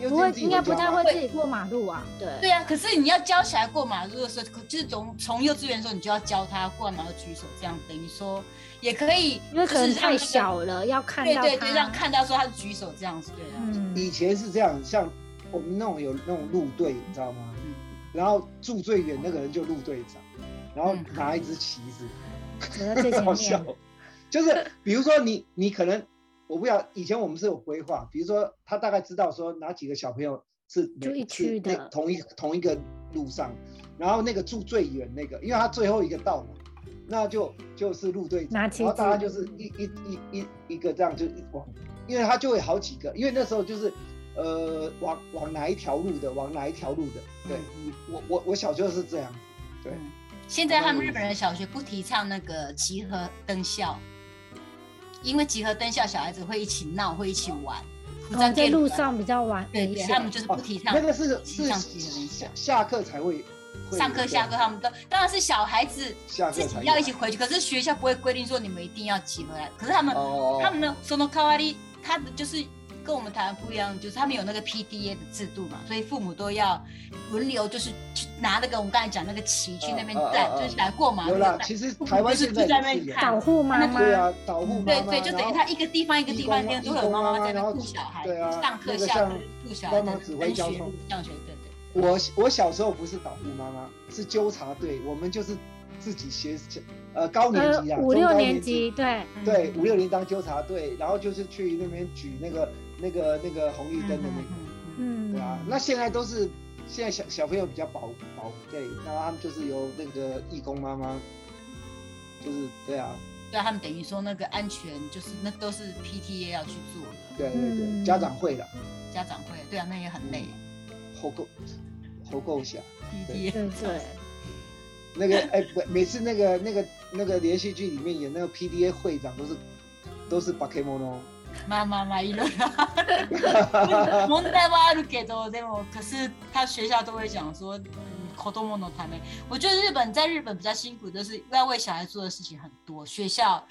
[SPEAKER 5] 幼
[SPEAKER 2] 不
[SPEAKER 5] 稚
[SPEAKER 2] 会
[SPEAKER 5] 园自己
[SPEAKER 2] 应该不
[SPEAKER 5] 回家
[SPEAKER 2] 太
[SPEAKER 5] 吧
[SPEAKER 2] 会自己过马路啊，对，
[SPEAKER 3] 对啊，可是你要教小孩过马路的时候，可就是从从幼稚园的时候你就要教他过马路举手，这样等于说也可以，
[SPEAKER 2] 因为可能
[SPEAKER 3] 就是让
[SPEAKER 2] 太
[SPEAKER 3] 那个
[SPEAKER 2] 小了，要看
[SPEAKER 3] 对
[SPEAKER 2] 到
[SPEAKER 3] 对
[SPEAKER 2] 他，
[SPEAKER 3] 对，让看到说他是举手这样子，对啊，
[SPEAKER 2] 嗯，
[SPEAKER 5] 以前是这样，像我们那种有那种路队，你知道吗
[SPEAKER 3] 嗯？
[SPEAKER 5] 然后住最远那个人就路队长，然后
[SPEAKER 3] 嗯
[SPEAKER 5] 拿一支旗子，
[SPEAKER 2] 走在最前
[SPEAKER 5] 好笑
[SPEAKER 2] 面，。
[SPEAKER 5] 就是比如说你你可能我不要，以前我们是有规划，比如说他大概知道说哪几个小朋友是
[SPEAKER 2] 就
[SPEAKER 5] 每
[SPEAKER 2] 一区的
[SPEAKER 5] 是那同一同一个路上，然后那个住最远那个，因为他最后一个到嘛，那就就是路队长，
[SPEAKER 2] 拿旗
[SPEAKER 5] 然后大家
[SPEAKER 2] 子
[SPEAKER 5] 就是一一一一一个这样就一往因为它就会好几个，因为那时候就是呃往往哪一条路的，往哪一条路的，对
[SPEAKER 3] 嗯
[SPEAKER 5] 我我我小时候是这样子，对，
[SPEAKER 3] 现在他们日本人小学不提倡那个集合灯校，因为集合灯校小孩子会一起闹，会一起玩，不
[SPEAKER 2] 可能哦
[SPEAKER 3] 在
[SPEAKER 2] 在路，上比较晚
[SPEAKER 3] 对
[SPEAKER 2] 危
[SPEAKER 3] 对，
[SPEAKER 2] 险。
[SPEAKER 3] 他们就是不提倡
[SPEAKER 5] 哦那。个是
[SPEAKER 3] 提
[SPEAKER 5] 是
[SPEAKER 3] 倡集合灯校
[SPEAKER 5] 下下课才会，会
[SPEAKER 3] 啊上课
[SPEAKER 5] 对
[SPEAKER 3] 下课他们都当然是小孩子
[SPEAKER 5] 下课
[SPEAKER 3] 自
[SPEAKER 5] 才
[SPEAKER 3] 己要
[SPEAKER 5] 有哦
[SPEAKER 3] 一起回去，可是学校不会规定说你们一定要集合来，可是他们、
[SPEAKER 5] 哦，
[SPEAKER 3] 他们呢，その代わり他的就是跟我们台湾不一样，就是他们有那个 PDA 的制度嘛，所以父母都要轮流，就是去拿那个我们刚才讲那个旗去那边
[SPEAKER 5] 啊啊
[SPEAKER 3] 站，
[SPEAKER 5] 啊啊
[SPEAKER 3] 就是来过马路
[SPEAKER 5] 有
[SPEAKER 3] 的
[SPEAKER 5] 啦，
[SPEAKER 3] 站。
[SPEAKER 5] 其实
[SPEAKER 3] 不
[SPEAKER 5] 台湾
[SPEAKER 3] 就是
[SPEAKER 5] 现在
[SPEAKER 3] 就在那
[SPEAKER 5] 也是
[SPEAKER 3] 边
[SPEAKER 5] 有
[SPEAKER 3] 看
[SPEAKER 2] 保护妈妈，
[SPEAKER 5] 对啊，导护妈
[SPEAKER 3] 对
[SPEAKER 5] 妈，
[SPEAKER 3] 对，就等于
[SPEAKER 5] 然后
[SPEAKER 3] 他一个地方一个地方
[SPEAKER 5] 义
[SPEAKER 3] 一
[SPEAKER 5] 工
[SPEAKER 3] 个地方都
[SPEAKER 5] 啊
[SPEAKER 3] 有妈妈在那
[SPEAKER 5] 义工啊
[SPEAKER 3] 边顾小孩，
[SPEAKER 5] 然后对啊
[SPEAKER 3] 上课
[SPEAKER 5] 那个
[SPEAKER 3] 下课
[SPEAKER 5] 像
[SPEAKER 3] 顾小孩
[SPEAKER 5] 帮
[SPEAKER 3] 的
[SPEAKER 5] 忙指挥
[SPEAKER 3] 跟
[SPEAKER 5] 交
[SPEAKER 3] 学
[SPEAKER 5] 通
[SPEAKER 3] 上学，对对。
[SPEAKER 5] 我我小时候不是导护妈妈，是纠察队，我们就是自己学呃高年
[SPEAKER 2] 呃
[SPEAKER 5] 级啊，，
[SPEAKER 2] 五
[SPEAKER 5] 中
[SPEAKER 2] 六
[SPEAKER 5] 高
[SPEAKER 2] 年级
[SPEAKER 5] 级，
[SPEAKER 2] 对，
[SPEAKER 3] 嗯
[SPEAKER 5] 对，五六年当纠察队，然后就是去那边举那个那个那个红绿灯的那个，
[SPEAKER 3] 嗯
[SPEAKER 2] 嗯
[SPEAKER 5] 对，啊，那现在都是现在小小朋友比较保保对，然后他们就是由那个义工妈妈，就是对啊，
[SPEAKER 3] 对啊他们等于说那个安全就是那都是 PTA 要去做的，
[SPEAKER 5] 对对对，
[SPEAKER 2] 嗯
[SPEAKER 5] 家长会了，
[SPEAKER 3] 家长会，对啊，那也很累。
[SPEAKER 5] 后够后够下。
[SPEAKER 3] PTA
[SPEAKER 2] 对对，(laughs)
[SPEAKER 5] 那个哎，不每次那个那个那个连续剧里面演那个 PDA 会长都是都是 b a k e m o n o
[SPEAKER 3] まあまあまあいろいろあ
[SPEAKER 5] (laughs)
[SPEAKER 3] る問題はあるけどでも可是他学校都会讲说嗯子供のため我觉得日本在日本比较辛苦，就是要为小孩做的事情很多。学校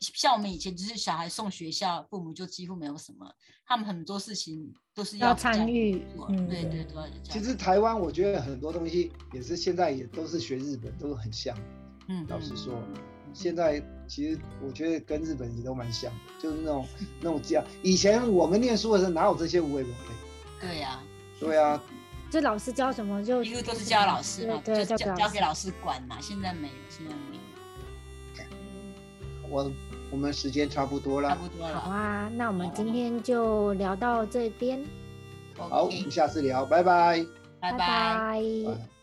[SPEAKER 3] 像我们以前就是小孩送学校，父母就几乎没有什么，他们很多事情都是
[SPEAKER 2] 要
[SPEAKER 3] 家
[SPEAKER 2] 参
[SPEAKER 3] 长
[SPEAKER 2] 与
[SPEAKER 3] 做，
[SPEAKER 2] 嗯
[SPEAKER 3] 对对都要家长
[SPEAKER 5] 其实台湾我觉得很多东西也是现在也都是学日本，都很像。
[SPEAKER 3] 嗯
[SPEAKER 5] 老实说
[SPEAKER 3] 嗯
[SPEAKER 5] 现在其实我觉得跟日本也都蛮像，就是那
[SPEAKER 3] (laughs)
[SPEAKER 5] 种那种这样。以前我们念书的时候哪有这些无为不为？
[SPEAKER 3] 对呀、
[SPEAKER 5] 对啊，
[SPEAKER 2] 就老师教什么就
[SPEAKER 3] 一路都是教老师嘛，
[SPEAKER 2] 嗯对，对
[SPEAKER 3] 就交
[SPEAKER 2] 教
[SPEAKER 3] 交
[SPEAKER 2] 老
[SPEAKER 3] 给
[SPEAKER 2] 师。
[SPEAKER 3] 老师管嘛。现在没有，现在没有，
[SPEAKER 5] 我我们时间差不多
[SPEAKER 3] 差
[SPEAKER 5] 了，
[SPEAKER 3] 不多
[SPEAKER 2] 好
[SPEAKER 3] 了。
[SPEAKER 2] 啊，那我们今天就聊到这边，
[SPEAKER 5] 好，我
[SPEAKER 3] OK，
[SPEAKER 5] 们下次聊，拜拜。
[SPEAKER 3] 拜
[SPEAKER 2] 拜
[SPEAKER 3] 拜。
[SPEAKER 2] 拜
[SPEAKER 5] 拜